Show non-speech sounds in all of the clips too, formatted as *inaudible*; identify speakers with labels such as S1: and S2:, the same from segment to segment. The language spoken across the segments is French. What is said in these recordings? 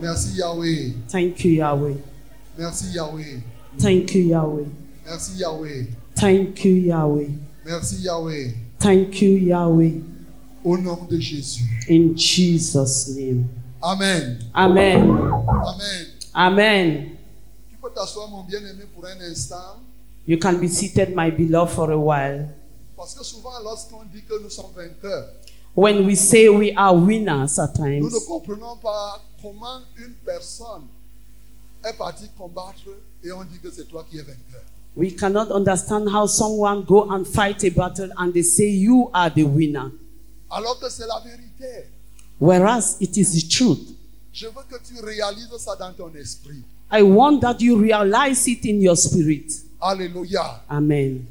S1: Merci Yahweh.
S2: Thank you, Yahweh.
S1: Merci Yahweh.
S2: Thank you, Yahweh.
S1: Merci Yahweh.
S2: Thank you, Yahweh.
S1: Merci Yahweh.
S2: Thank you, Yahweh.
S1: Au nom de Jésus.
S2: In Jesus' name.
S1: Amen.
S2: Amen.
S1: Amen.
S2: Amen.
S1: Tu peux t'asseoir, mon bien-aimé, pour un instant.
S2: You can be seated, my beloved, for a while.
S1: Parce que souvent, lorsqu'on dit que nous sommes vainqueurs,
S2: When we say we are winners at
S1: nous ne
S2: times,
S1: comprenons pas comment une personne est partie combattre et on dit que c'est toi qui es vainqueur.
S2: we cannot understand how someone go and fight a battle and they say you are the winner,
S1: Alors que c'est la vérité.
S2: whereas it is the truth.
S1: Je veux que tu réalises ça dans ton esprit.
S2: I want that you realize it in your spirit.
S1: Alléluia.
S2: Amen.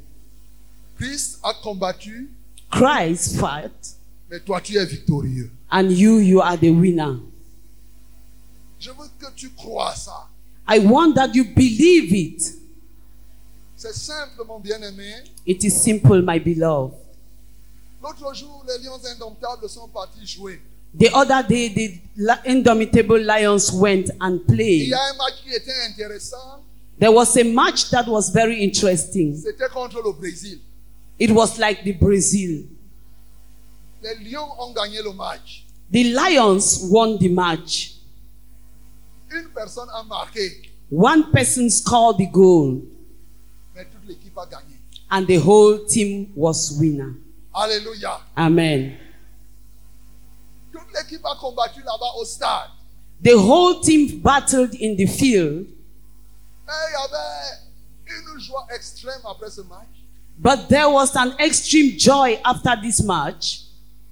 S1: Christ a combattu,
S2: Christ fight,
S1: mais toi tu es victorieux.
S2: and you you are the winner.
S1: Je veux que tu crois ça.
S2: I want that you believe it.
S1: C'est simple, mon bien-aimé.
S2: It is simple, my beloved.
S1: L'autre jour, les lions indomptables sont partis jouer.
S2: The other day, the li- indomitable lions went and
S1: Il y
S2: played.
S1: a un match qui était intéressant.
S2: There was a match that was very interesting.
S1: C'était contre le Brésil.
S2: It was like the Brazil.
S1: Les lions ont gagné le match.
S2: The lions won the match.
S1: Une personne a marqué,
S2: One person scored the goal,
S1: mais toute l'équipe a gagné.
S2: and the whole team was winner.
S1: Alléluia.
S2: Amen.
S1: Toute l'équipe a combattu là-bas au stade.
S2: The whole team battled in the field,
S1: Et il y avait une joie extrême après ce match.
S2: but there was an extreme joy after this match.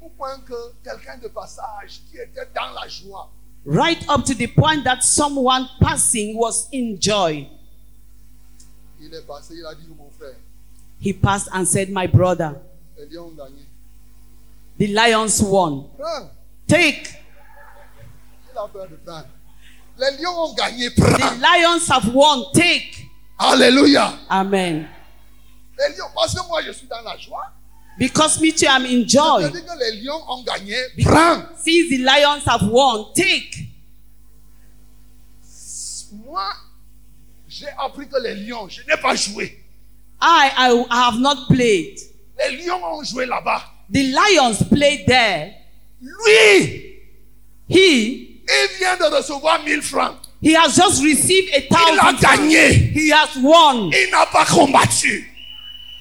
S1: Au point que quelqu'un de passage qui était dans la joie
S2: Right up to the point that someone passing was in joy.
S1: Il est passé, il a dit, mon frère,
S2: He passed and said, My brother,
S1: les lions ont gagné.
S2: the lions won.
S1: Prends.
S2: Take.
S1: Il a peur de prendre. Les lions ont gagné.
S2: The
S1: Prends.
S2: lions have won. Take.
S1: Alléluia.
S2: Amen.
S1: Les lions, parce que moi, je suis dans la joie.
S2: Because me too, I'm in
S1: Je
S2: joy.
S1: te dis que les lions ont gagné. Prends.
S2: Because since the lions have won, take.
S1: Moi, j'ai appris que les lions, je n'ai pas joué.
S2: I, I have not played.
S1: Les lions ont joué là-bas.
S2: The lions played there.
S1: Lui,
S2: He,
S1: il vient de recevoir 1000 francs.
S2: he has just received a
S1: Il a
S2: thousand.
S1: gagné.
S2: He has won. He
S1: Il n'a pas combattu.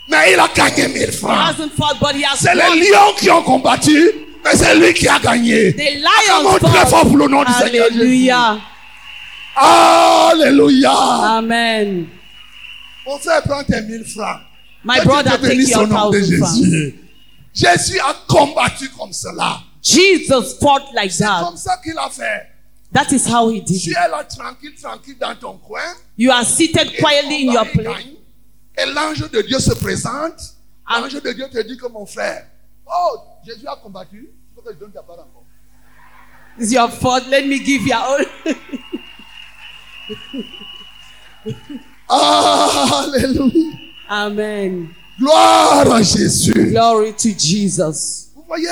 S1: Mais il a gagné 1000 francs.
S2: hasn't fought, but he has
S1: C'est
S2: won.
S1: les lions qui ont combattu, mais c'est lui qui a gagné.
S2: The
S1: Acclamons
S2: lions
S1: très fort
S2: fought.
S1: pour le nom du Seigneur Jésus.
S2: Hallelujah.
S1: Alléluia.
S2: Amen.
S1: Mon frère, prends tes 1000 francs.
S2: My
S1: Que
S2: brother,
S1: Dieu te
S2: take
S1: bénisse au
S2: your
S1: nom de
S2: thousand francs.
S1: Jésus. Jésus a combattu comme cela.
S2: Jesus fought like
S1: C'est
S2: that.
S1: comme ça qu'il a fait.
S2: That is how he did
S1: Tu es
S2: it.
S1: là tranquille, tranquille dans ton coin.
S2: You are seated
S1: Et
S2: quietly in
S1: ton
S2: your
S1: mari
S2: place.
S1: gagne. Et l'ange de Dieu se présente.
S2: Ah.
S1: L'ange de Dieu te dit que mon frère, oh, Jésus a combattu. Il faut que je donne ta part encore.
S2: It's your fault. Let me give your own.
S1: Alléluia.
S2: *laughs* Amen.
S1: Gloire à Jésus.
S2: Glory to Jesus.
S1: Vous voyez,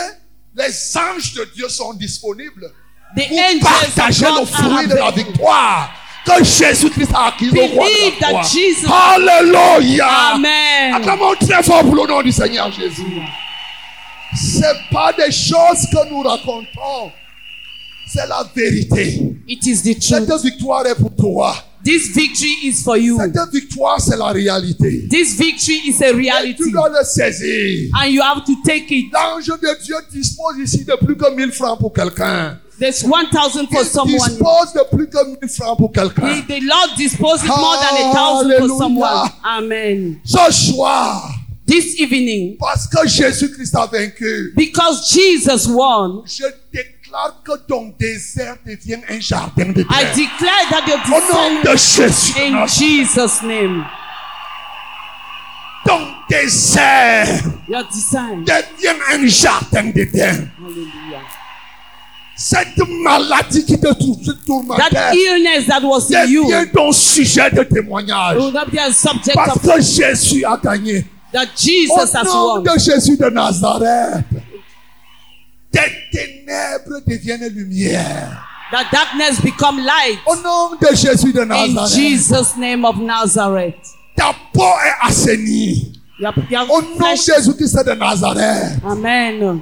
S1: les anges de Dieu sont disponibles
S2: The
S1: pour
S2: angels
S1: partager le
S2: of God
S1: fruit de la
S2: are available.
S1: victoire que Jésus-Christ a acquis au roi
S2: Believe
S1: de la
S2: that
S1: croix.
S2: Jesus-
S1: Alléluia.
S2: Amen.
S1: Acclamons très fort pour le nom du Seigneur Jésus. C'est pas des choses que nous racontons. C'est la vérité.
S2: It is the truth.
S1: Cette victoire est pour toi.
S2: This victory is for you.
S1: Cette victoire, c'est la réalité.
S2: This victory is a
S1: Et tu
S2: reality.
S1: dois le saisir.
S2: And you have to take it.
S1: L'ange de Dieu dispose ici de plus que 1000 francs pour quelqu'un.
S2: There's 1,000 for
S1: Il
S2: someone.
S1: dispose de plus que 1000 francs pour quelqu'un.
S2: The, the Lord disposes more than a thousand for
S1: Hallelujah.
S2: someone. Amen.
S1: Ce soir,
S2: This evening,
S1: parce que Jésus-Christ a vaincu,
S2: because Jesus won,
S1: je déclare que ton désert devient un jardin de
S2: I
S1: terre.
S2: declare that your
S1: Au nom
S2: desire
S1: de Jésus, de
S2: in
S1: Nazareth,
S2: Jesus' name.
S1: ton désert
S2: Your design.
S1: devient un jardin de terre.
S2: Hallelujah.
S1: Cette maladie qui te tou- te
S2: That
S1: tourmentait
S2: illness that was in you Oh,
S1: devient ton sujet de
S2: will
S1: témoignage.
S2: not be a subject
S1: Parce
S2: of
S1: que Jésus a gagné.
S2: that
S1: Au
S2: Jesus has
S1: nom
S2: won.
S1: de Jésus de Nazareth, tes ténèbres deviennent lumière.
S2: That darkness become light.
S1: Au nom de Jésus de
S2: In
S1: Oh, Nazareth,
S2: Jesus' name of Nazareth.
S1: ta peau est assainie.
S2: You are, you are
S1: Au nom de
S2: fresh.
S1: Jésus-Christ de Nazareth,
S2: Amen.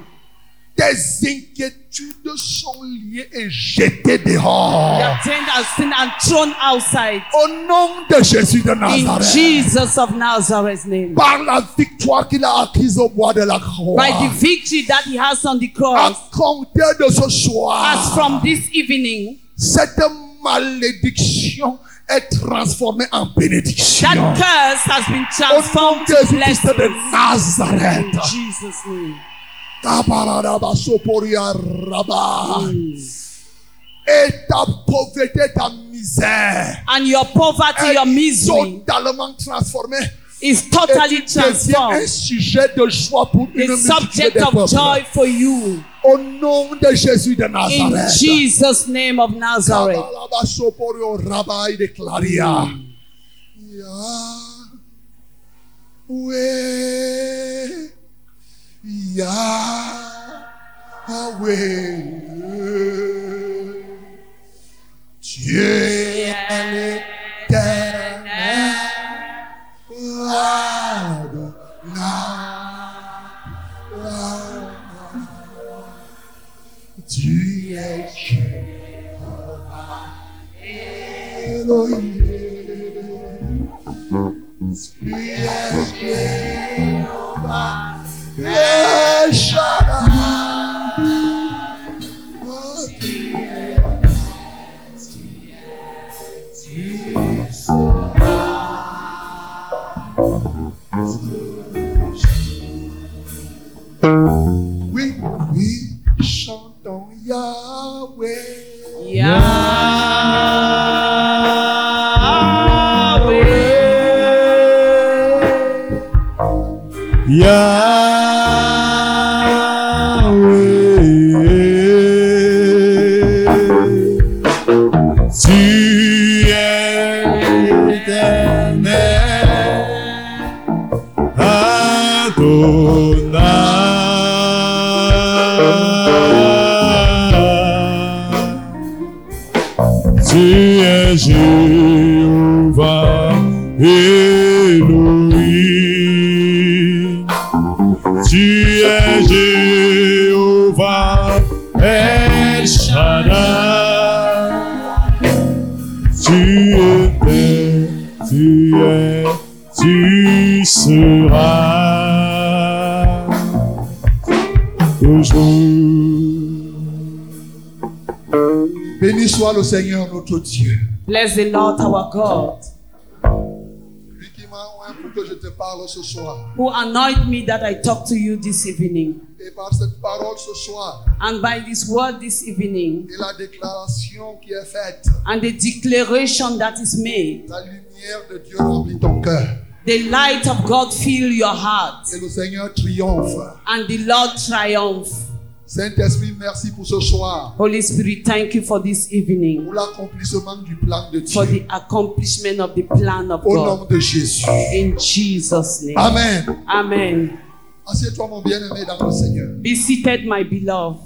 S1: tes inquiétudes sont liées et jetées
S2: You
S1: dehors.
S2: are turned as sin and thrown outside.
S1: Au nom de Jésus de
S2: In
S1: Nazareth,
S2: Jesus of Nazareth's name.
S1: par la victoire qu'il a acquise au bois de la croix,
S2: By the victory that he has on the
S1: à
S2: cross.
S1: compter de ce
S2: As
S1: soir,
S2: from this evening,
S1: cette malédiction est transformée en bénédiction.
S2: that curse has
S1: Au
S2: been
S1: nom
S2: transformed
S1: de
S2: to
S1: Jésus-Christ
S2: blessing.
S1: de
S2: In
S1: Nazareth.
S2: Jesus' name.
S1: Tabarabasoporiaraba. Et ta pauvreté, ta misère
S2: And your poverty, your
S1: est
S2: misery
S1: totalement transformée.
S2: is
S1: Et tu
S2: totally
S1: deviens un
S2: transformed.
S1: sujet de joie pour une
S2: The
S1: multitude
S2: subject
S1: de
S2: of joy
S1: peuples.
S2: for you.
S1: Au nom de Jésus de
S2: In
S1: Nazareth.
S2: Jesus' name of Nazareth.
S1: Tabarabasoporiaraba, il déclara. Yahweh, Yahweh, Dieu est l'éternel, Adonai. Tu es Jéhovah, Elohim. Tu es Jéhovah, El Shaddai. Oh, tu es, tu es, tu es Sauveur. Oui, oui, chantons Yahweh.
S3: Yahweh, tu es l'éternel, Adonai, tu
S1: é
S3: es Jéhovah, Elohim. Tu
S1: é
S3: es Jéhovah, El Shaddai. Tu
S1: é
S3: étais, tu es, tu seras toujours.
S1: Béni soit le Seigneur notre Dieu.
S2: Bless the Lord our God,
S1: Lui qui m'a envoyé pour que je te parle ce soir.
S2: who anoint me that I talk to you this evening.
S1: Et par cette parole ce soir,
S2: And by this word this evening,
S1: et la déclaration qui est faite,
S2: and the declaration that is made,
S1: la lumière de Dieu remplit ton cœur.
S2: the light of God fill your heart,
S1: Et le Seigneur triomphe.
S2: and the Lord triumph.
S1: Saint-Esprit, merci pour ce soir,
S2: Holy Spirit, thank you for this evening,
S1: pour l'accomplissement du plan de
S2: for
S1: Dieu.
S2: the accomplishment of the plan of
S1: Au
S2: God.
S1: nom de Jésus.
S2: In Jesus' name.
S1: Oh, Amen.
S2: Amen.
S1: Assieds-toi, mon bien-aimé, dans le Seigneur.
S2: Be seated, my beloved.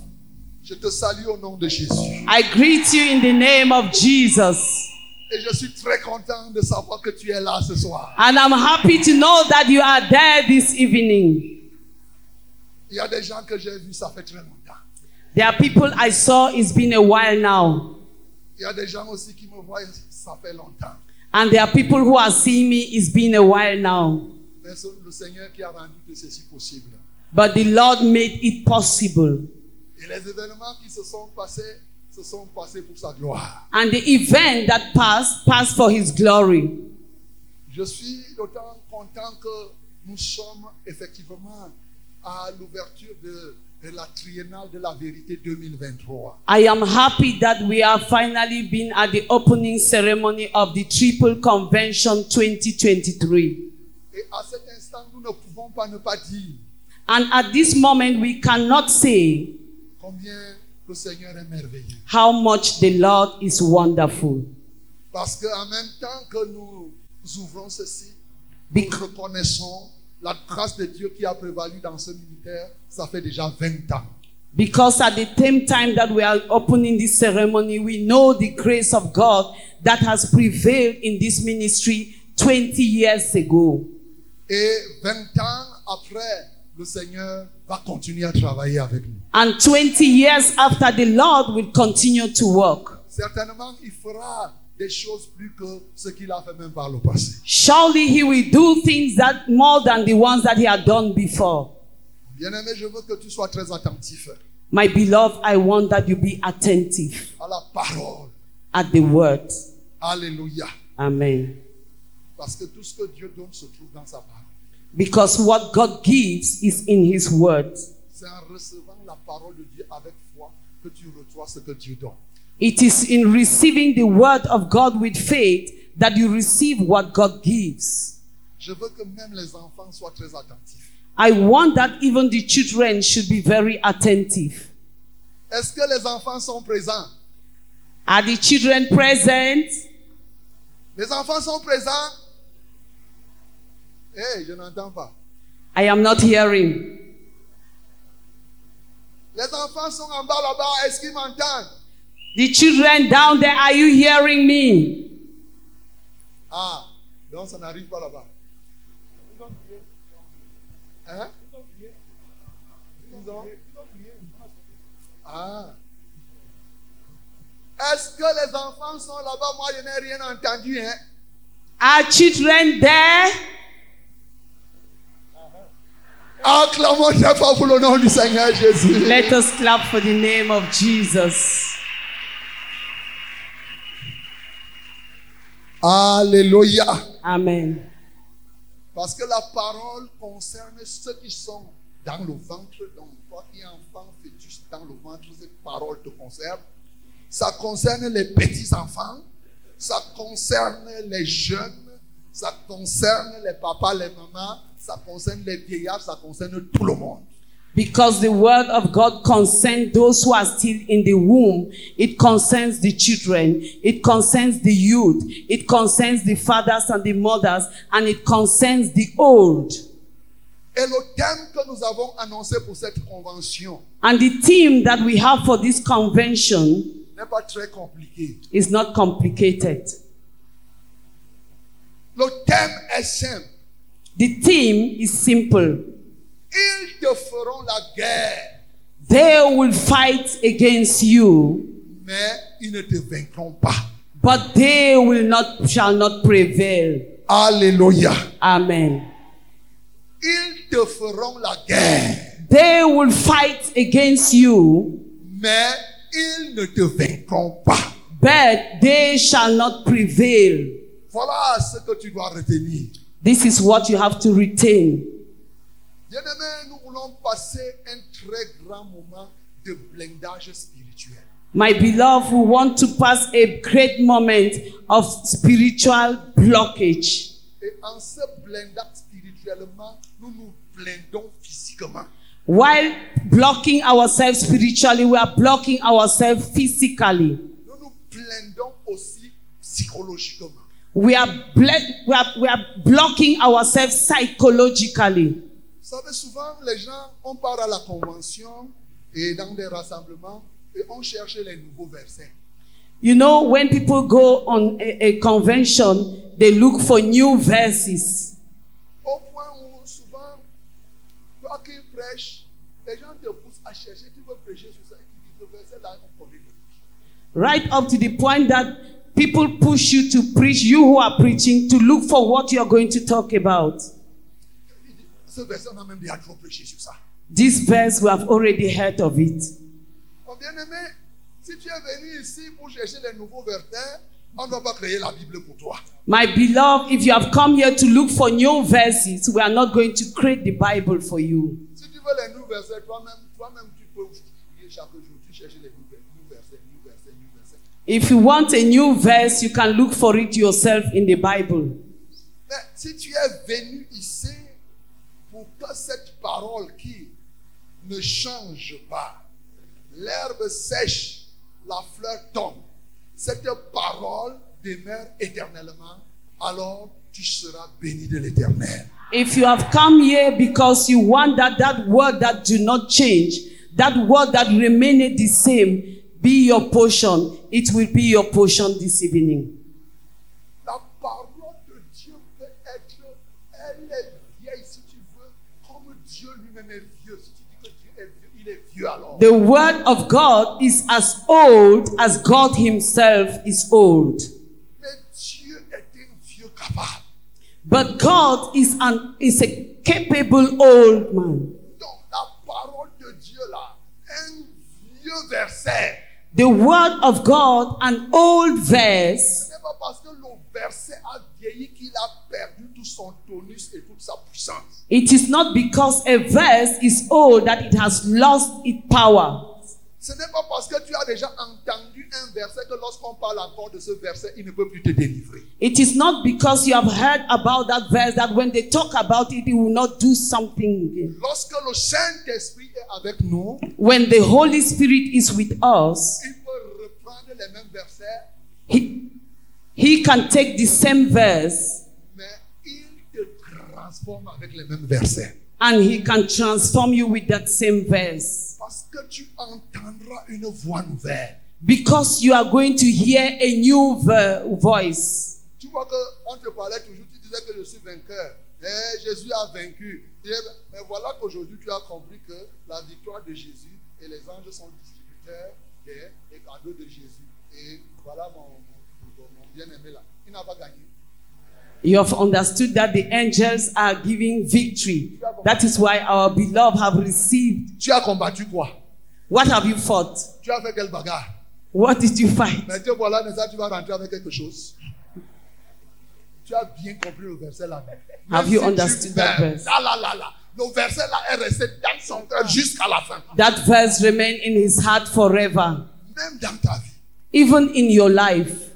S1: Je te salue au nom de Jésus.
S2: I greet you in the name of Jesus.
S1: Et je suis très content de savoir que tu es là ce soir.
S2: And I'm happy to know that you are there this evening.
S1: Il y a des gens que j'ai vus, ça fait très longtemps.
S2: There are people I saw, it's been a while now.
S1: Il y a des gens aussi qui me voient, ça fait longtemps.
S2: And there are people who are seeing me, it's been a while now.
S1: Mais c'est le Seigneur qui a rendu que ceci possible.
S2: But the Lord made it possible.
S1: Et les événements qui se sont passés, se sont passés pour sa gloire.
S2: And the event that passed, passed for His glory.
S1: Je suis d'autant content que nous sommes effectivement à l'ouverture de, de la triennale de la vérité 2023.
S2: I am happy that we are finally been at the opening ceremony of the Triple Convention 2023.
S1: Et à cet instant, nous ne pouvons pas ne pas dire
S2: And at this moment, we cannot say
S1: combien le Seigneur est merveilleux.
S2: how much the Lord is wonderful.
S1: Parce qu'en même temps que nous ouvrons ceci, nous
S2: Bec-
S1: reconnaissons la grâce de Dieu qui a prévalu dans ce ministère, ça fait déjà 20 ans.
S2: Because at the same time that we are opening this ceremony, we know the grace of God that has prevailed in this ministry 20 years ago.
S1: Et 20 ans après, le Seigneur va continuer à travailler avec nous.
S2: And 20 years after, the Lord will continue to work.
S1: Certainement, il fera des choses plus que ce qu'il a fait même par le passé.
S2: Surely He will do things that more than the ones that He had done before.
S1: Bien-aimé, je veux que tu sois très attentif
S2: My beloved, I want that you be attentive
S1: à la parole.
S2: at the word.
S1: Alléluia.
S2: Amen.
S1: Parce que tout ce que Dieu donne se trouve dans sa parole.
S2: Because what God gives is in His word.
S1: C'est en recevant la parole de Dieu avec foi que tu reçois ce que Dieu donne.
S2: It is in receiving the word of God with faith that you receive what God gives.
S1: Je veux que même les enfants soient très attentifs.
S2: I want that even the children should be very attentive.
S1: Est-ce que les enfants sont présents
S2: Are the children present?
S1: Les enfants sont présents Eh, je n'entends pas.
S2: I am not hearing.
S1: Les enfants sont en bas là-bas. Est-ce qu'ils m'entendent
S2: The children down there, are you hearing me?
S1: Ah, donc ça n'arrive pas là-bas. Hein Ils ont Ah. Est-ce que les enfants sont là-bas Moi, je n'ai rien entendu. Hein?
S2: Are children there?
S1: Acclamons très fort pour le nom du Seigneur Jésus.
S2: Let us clap for the name of Jesus.
S1: Alléluia.
S2: Amen.
S1: Parce que la parole concerne ceux qui sont dans le ventre. Donc, toi qui es enfant, fœtus dans le ventre, cette parole te concerne. Ça concerne les petits-enfants. Ça concerne les jeunes. Ça concerne les papas, les mamans. Ça concerne les vieillards. Ça concerne tout le monde.
S2: Because the word of God concerns those who are still in the womb. It concerns the children. It concerns the youth. It concerns the fathers and the mothers. And it concerns the old.
S1: Et le thème que nous avons annoncé pour cette convention
S2: And the theme that we have for this convention
S1: n'est pas très compliqué.
S2: is not complicated.
S1: Le thème est simple.
S2: The theme is simple.
S1: Ils te feront la guerre,
S2: They will fight against you,
S1: mais ils ne te vaincront pas.
S2: but they will not, shall not prevail.
S1: Alléluia.
S2: Amen.
S1: Ils te feront la guerre,
S2: They will fight against you,
S1: mais ils ne te vaincront pas.
S2: but they shall not prevail.
S1: Voilà ce que tu dois retenir.
S2: This is what you have to retain.
S1: Bien-aimés, nous voulons passer un très grand moment de blindage spirituel.
S2: My beloved, we want to pass a great moment of spiritual blockage.
S1: Et en se blindant spirituellement, nous nous blindons physiquement.
S2: While blocking ourselves spiritually, we are blocking ourselves physically.
S1: Nous nous blindons aussi psychologiquement.
S2: We are, ble- we are, we are blocking ourselves psychologically.
S1: Vous savez, souvent, les gens, on part à la convention et dans des rassemblements et on cherche les nouveaux versets.
S2: You know, when people go on a, a convention, they look for new verses.
S1: Au point où, souvent, toi qui prêches, les gens te poussent à chercher, tu veux prêcher sur ça, et tu dis, le verset là, on connaît le
S2: Right up to the point that people push you to preach, you who are preaching, to look for what you are going to talk about.
S1: Il dit, Ce verset, on a même déjà trop prêché sur ça.
S2: This verse, we have already heard of it.
S1: Mon bien-aimé, si tu es venu ici pour chercher les nouveaux versets, on ne va pas créer la Bible pour toi.
S2: My beloved, if you have come here to look for new verses, we are not going to create the Bible for you.
S1: Si tu veux les nouveaux versets, toi-même, toi-même, tu peux fouiller chaque jour, tu cherches les nouveaux nouveaux versets, nouveaux versets, nouveaux versets.
S2: If you want a new verse, you can look for it yourself in the Bible.
S1: Mais si tu es venu ici pour que cette parole qui ne change pas, l'herbe sèche, la fleur tombe, cette parole demeure éternellement, alors tu seras béni de l'éternel.
S2: If you have come here because you want that, that word that do not change, That word that remaineth the same be your portion. It will be your portion this evening.
S1: La parole de Dieu peut être, elle est vieille si tu veux, comme Dieu lui-même est vieux. Si tu dis que Dieu est vieux, il est vieux alors.
S2: The word of God is as old as God himself is old.
S1: Mais Dieu est un vieux capable.
S2: But God is an is a capable old man.
S1: Donc la parole de Dieu là, un vieux verset.
S2: The word of God, an old verse,
S1: Ce n'est pas parce que le verset a vieilli qu'il a perdu tout son tonus et toute sa puissance.
S2: it is not because a verse is old that it has lost its power.
S1: Ce n'est pas parce que tu as déjà entendu un verset que lorsqu'on parle encore de ce verset, il ne peut plus te délivrer.
S2: It is not because you have heard about that verse that when they talk about it, it will not do something again.
S1: Lorsque le Saint-Esprit est avec nous,
S2: When the Holy Spirit is with us,
S1: il peut reprendre les mêmes versets,
S2: He, he can take the same verse
S1: mais il te transforme avec les mêmes versets.
S2: and He can transform you with that same verse.
S1: Parce que tu entendras une voix nouvelle.
S2: Because you are going to hear a new vo- voice.
S1: Tu vois qu'on te parlait toujours, tu disais que je suis vainqueur. Eh, Jésus a vaincu. Eh, Mais voilà qu'aujourd'hui, tu as compris que la victoire de Jésus et les anges sont distributeurs des, des cadeaux de Jésus. Et voilà mon, mon- mon- mon bien-aimé là. Il n'a pas gagné.
S2: You have understood that the angels are giving victory. That is why our beloved have received.
S1: Tu as combattu quoi
S2: What have you fought?
S1: Tu as fait quelle bagarre
S2: What did you fight?
S1: Mais te voilà, Nessa, tu vas rentrer avec quelque chose. Tu as bien compris le verset là.
S2: Have
S1: Même
S2: you
S1: si tu
S2: understood that
S1: perds,
S2: verse?
S1: Là, là, là, là. Le verset là est resté dans son cœur jusqu'à la fin.
S2: That verse remain in his heart forever,
S1: Même dans ta vie.
S2: even in your life.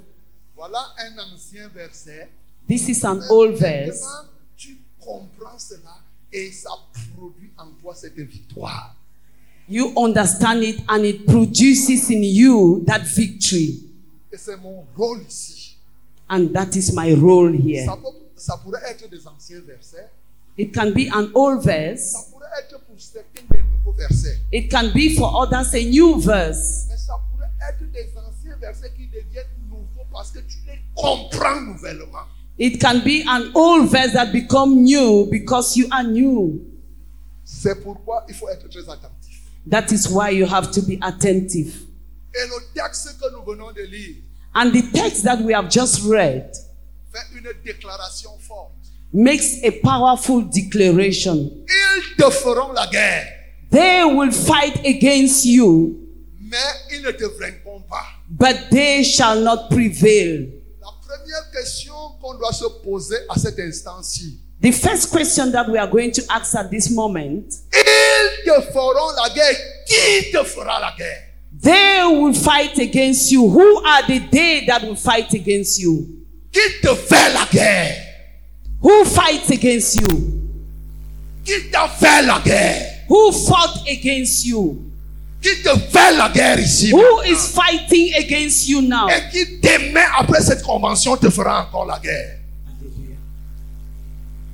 S1: Voilà un ancien verset.
S2: This is an old verse,
S1: Maintenant, tu comprends cela et ça produit en toi cette victoire.
S2: you understand it and it produces in you that victory.
S1: Et c'est mon rôle ici.
S2: And that is my role here.
S1: Ça, peut- ça pourrait être des anciens versets.
S2: It can be an old
S1: Ça
S2: verse,
S1: pourrait être pour certains des nouveaux versets.
S2: it can be for others a new verse,
S1: Mais ça pourrait être des anciens versets qui deviennent nouveaux parce que tu les comprends nouvellement.
S2: it can be an old verse that become new because you are new.
S1: C'est pourquoi il faut être très attentif.
S2: That is why you have to be attentive.
S1: Et le texte que nous venons de lire
S2: And the text that we have just read
S1: fait une déclaration forte.
S2: makes a powerful declaration.
S1: Ils te feront la guerre.
S2: They will fight against you,
S1: mais ils ne te vainqueront pas.
S2: but they shall not prevail.
S1: La première question qu'on doit se poser à cet instant-ci,
S2: The first question that we are going to ask at this moment
S1: ils te feront la guerre. Qui te fera la guerre
S2: They will fight against you. Who are the they that will fight against you?
S1: Qui te fait la guerre
S2: Who fights against you?
S1: Qui t'a fait la guerre
S2: Who fought against you?
S1: Qui te fait la guerre ici
S2: Who is fighting against you now?
S1: Et qui demain, après cette convention, te fera encore la guerre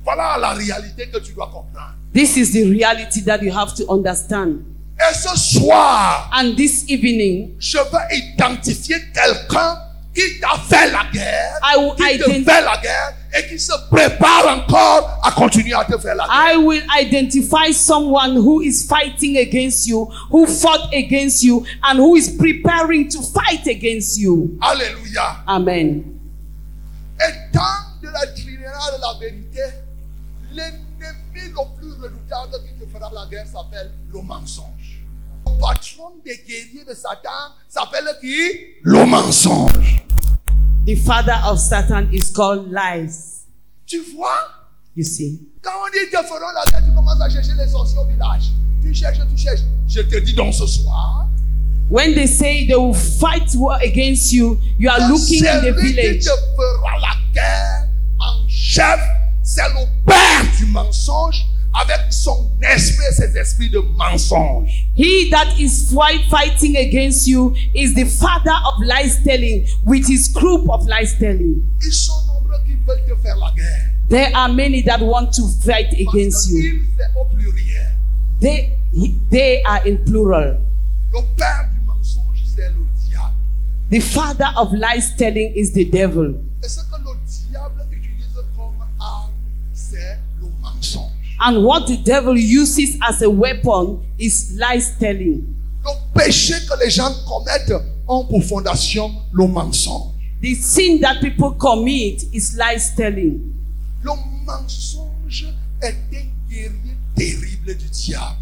S1: Voilà la réalité que tu dois comprendre.
S2: This is the reality that you have to understand.
S1: Et ce soir,
S2: And this evening,
S1: je vais identifier quelqu'un qui t'a fait la guerre,
S2: I will
S1: qui te
S2: ident-
S1: fait la guerre et qui se prépare encore à continuer à te faire la guerre.
S2: I will identify someone who is fighting against you, who fought against you, and who is preparing to fight against you.
S1: Alléluia.
S2: Amen.
S1: Étant de la trinitaire de la vérité, l'ennemi le plus redoutable qui te fera la guerre s'appelle le mensonge. Le patron des guerriers de Satan s'appelle qui Le mensonge.
S2: The father of Satan is called lies.
S1: Tu vois
S2: You see?
S1: Quand on dit te ferons la guerre, tu commences à chercher les sorciers au village. Tu cherches, tu cherches. Je te dis donc ce soir,
S2: When they say they will fight war against you, you are looking in the
S1: celui qui
S2: village.
S1: te fera la guerre en chef, c'est le père du mensonge avec son esprit, ses esprits de mensonge.
S2: He that is fight, fighting against you is the father of lies telling, with his group of lies telling.
S1: Ils sont nombreux qui veulent te faire la guerre.
S2: There are many that want to fight
S1: Parce
S2: against you.
S1: qu'ils, c'est au pluriel.
S2: They, He- They are in plural.
S1: Le père du mensonge, c'est le diable.
S2: The father of lies telling is the devil.
S1: Et ce que le diable utilise comme arme, c'est le mensonge.
S2: And what the devil uses as a weapon is lies telling.
S1: Le péché que les gens commettent ont pour fondation le mensonge.
S2: The sin that people commit is lies telling.
S1: Le mensonge est un guerrier terrible du diable.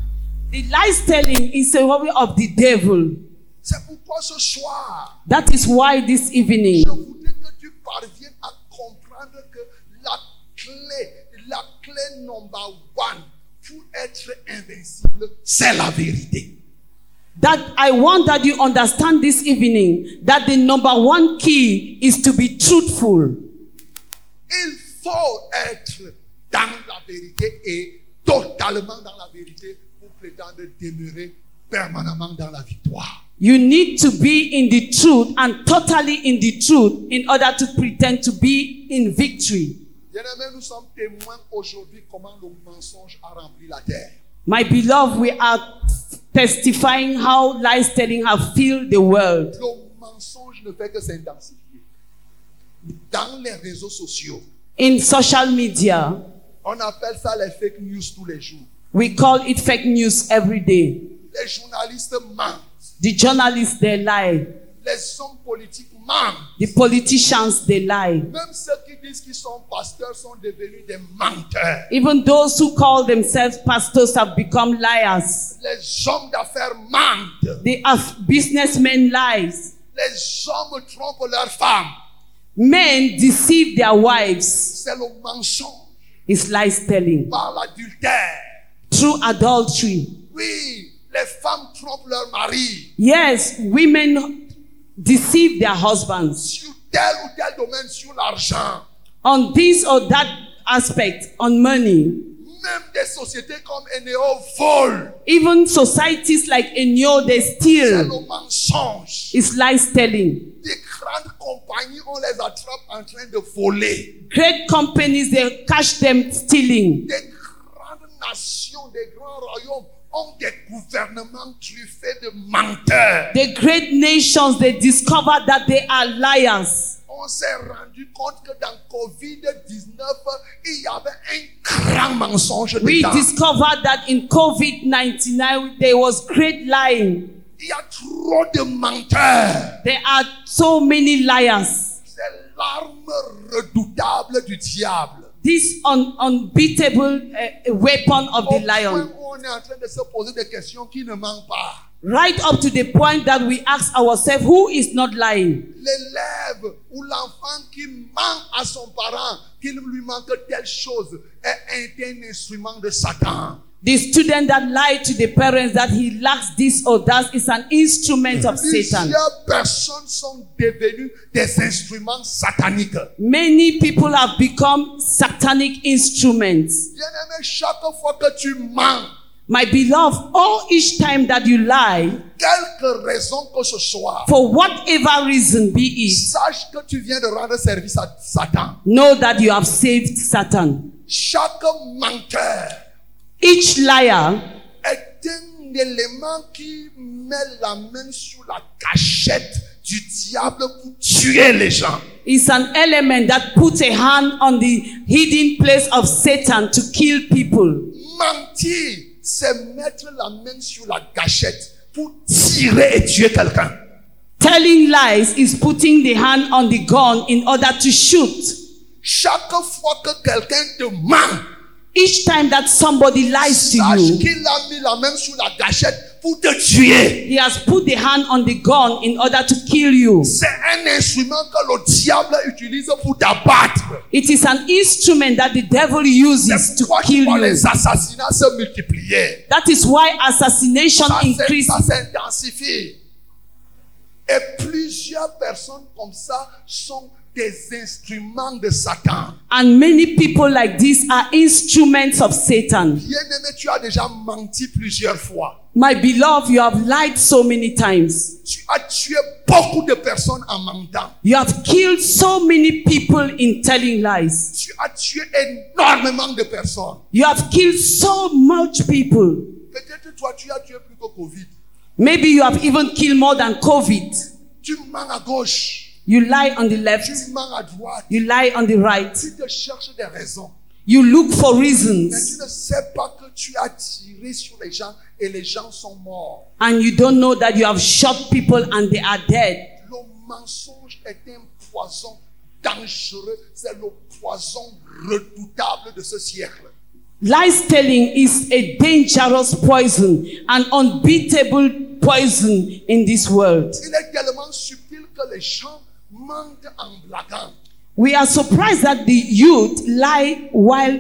S2: The lies telling is a hobby of the devil.
S1: C'est pourquoi ce soir,
S2: That is why this evening
S1: Je voudrais que tu parviennes à comprendre que la clé, la clé number one pour être invincible, c'est la vérité.
S2: that I want that you understand this evening that the number one key is to be truthful.
S1: Il faut être dans la vérité et totalement dans la vérité pour prétendre demeurer permanemment dans la victoire.
S2: You need to be in the truth and totally in the truth in order to pretend to be in victory.
S1: Bien-aimés, nous sommes témoins aujourd'hui comment le mensonge a rempli la terre.
S2: My beloved, we are testifying how lies telling have filled the world.
S1: Le mensonge ne fait que s'intensifier. Dans les réseaux sociaux,
S2: In social media,
S1: On appelle ça les fake news tous les jours.
S2: we call it fake news every day.
S1: Les journalistes mentent.
S2: The journalists, they lie.
S1: Les hommes politiques mentent.
S2: The politicians, they lie.
S1: Même ceux qui disent qu'ils sont pasteurs sont devenus des menteurs.
S2: Even those who call themselves pastors have become liars.
S1: Les hommes d'affaires mentent.
S2: They are businessmen lies.
S1: Les hommes trompent leurs femmes.
S2: Men deceive their wives.
S1: C'est le mensonge
S2: It's lies telling.
S1: par l'adultère.
S2: Through adultery.
S1: Oui, les femmes trompent leurs maris.
S2: Yes, women deceive their husbands
S1: Sur tel ou tel domaine, sur l'argent.
S2: on this or that aspect, on money.
S1: Même des sociétés comme Eneo volent.
S2: Even societies like Enyo, they
S1: C'est
S2: steal.
S1: le mensonge.
S2: It's lies telling.
S1: Des grandes compagnies, on les attrape en train de voler.
S2: Great companies, they catch them stealing.
S1: Des grandes nations, des grands royaumes ont des gouvernements truffés de menteurs.
S2: The great nations, they discover that they are liars.
S1: On s'est rendu compte que dans Covid-19, il y avait un grand mensonge
S2: We
S1: dedans.
S2: discovered that in COVID 99, there was great lying.
S1: Il y a trop de menteurs.
S2: There are so many liars.
S1: C'est l'arme redoutable du diable.
S2: This un- unbeatable uh, weapon of
S1: Au point
S2: the lion.
S1: où on est en train de se poser des questions qui ne manquent pas.
S2: Right up to the point that we ask ourselves, who is not lying?
S1: l'élève ou l'enfant qui ment à son parent qu'il lui manque telle chose est un, un instrument de Satan.
S2: The student that lied to the parents that he lacks this or that is an instrument of Satan.
S1: Plusieurs personnes sont devenues des instruments sataniques.
S2: Many people have become satanic instruments.
S1: Bien-aimé, chaque fois que tu mens,
S2: My beloved, all each time that you lie,
S1: quelque raison que ce soit,
S2: for whatever reason be it,
S1: sache que tu viens de rendre service à Satan.
S2: know that you have saved Satan.
S1: Chaque menteur
S2: Each liar
S1: est un élément qui met la main sur la cachette du diable pour tuer les gens.
S2: is an element that puts a hand on the hidden place of Satan to kill people.
S1: Mentir, c'est mettre la main sur la gâchette pour tirer et tuer quelqu'un.
S2: Telling lies is putting the hand on the gun in order to shoot.
S1: Chaque fois que quelqu'un te ment,
S2: Each time that somebody lies to
S1: sache
S2: you,
S1: qu'il a mis la main sur la gâchette pour te tuer.
S2: he has put the hand on the gun in order to kill you.
S1: C'est un instrument que le diable utilise pour t'abattre.
S2: It is an instrument that the devil uses
S1: C'est
S2: to
S1: pourquoi tu vois
S2: kill you.
S1: les assassinats se multiplier.
S2: That is why assassination
S1: Ça s'in- ça
S2: increases.
S1: s'intensifie. Et plusieurs personnes comme ça sont des instruments de Satan.
S2: And many people like this are instruments of Satan.
S1: Bien-aimé, tu as déjà menti plusieurs fois.
S2: My beloved, you have lied so many times.
S1: Tu as tué beaucoup de personnes en mentant.
S2: You have killed so many people in telling lies.
S1: Tu as tué énormément de personnes.
S2: You have killed so much people.
S1: Peut-être toi, tu as tué plus que Covid.
S2: Maybe you have even killed more than COVID.
S1: Tu manques à gauche,
S2: You lie on the left,
S1: tu manques à droite,
S2: you lie on the right.
S1: tu te cherches des raisons.
S2: You look for
S1: Mais tu
S2: reasons
S1: ne sais pas que tu as tiré sur les gens et les gens sont morts.
S2: and you don't know that you have shot people and they are dead.
S1: Le mensonge est un poison dangereux. C'est le poison redoutable de ce siècle.
S2: Lies telling is a dangerous poison, an unbeatable poison in this world.
S1: Il est tellement subtil que les gens mentent en blaguant.
S2: We are surprised that the youth lie while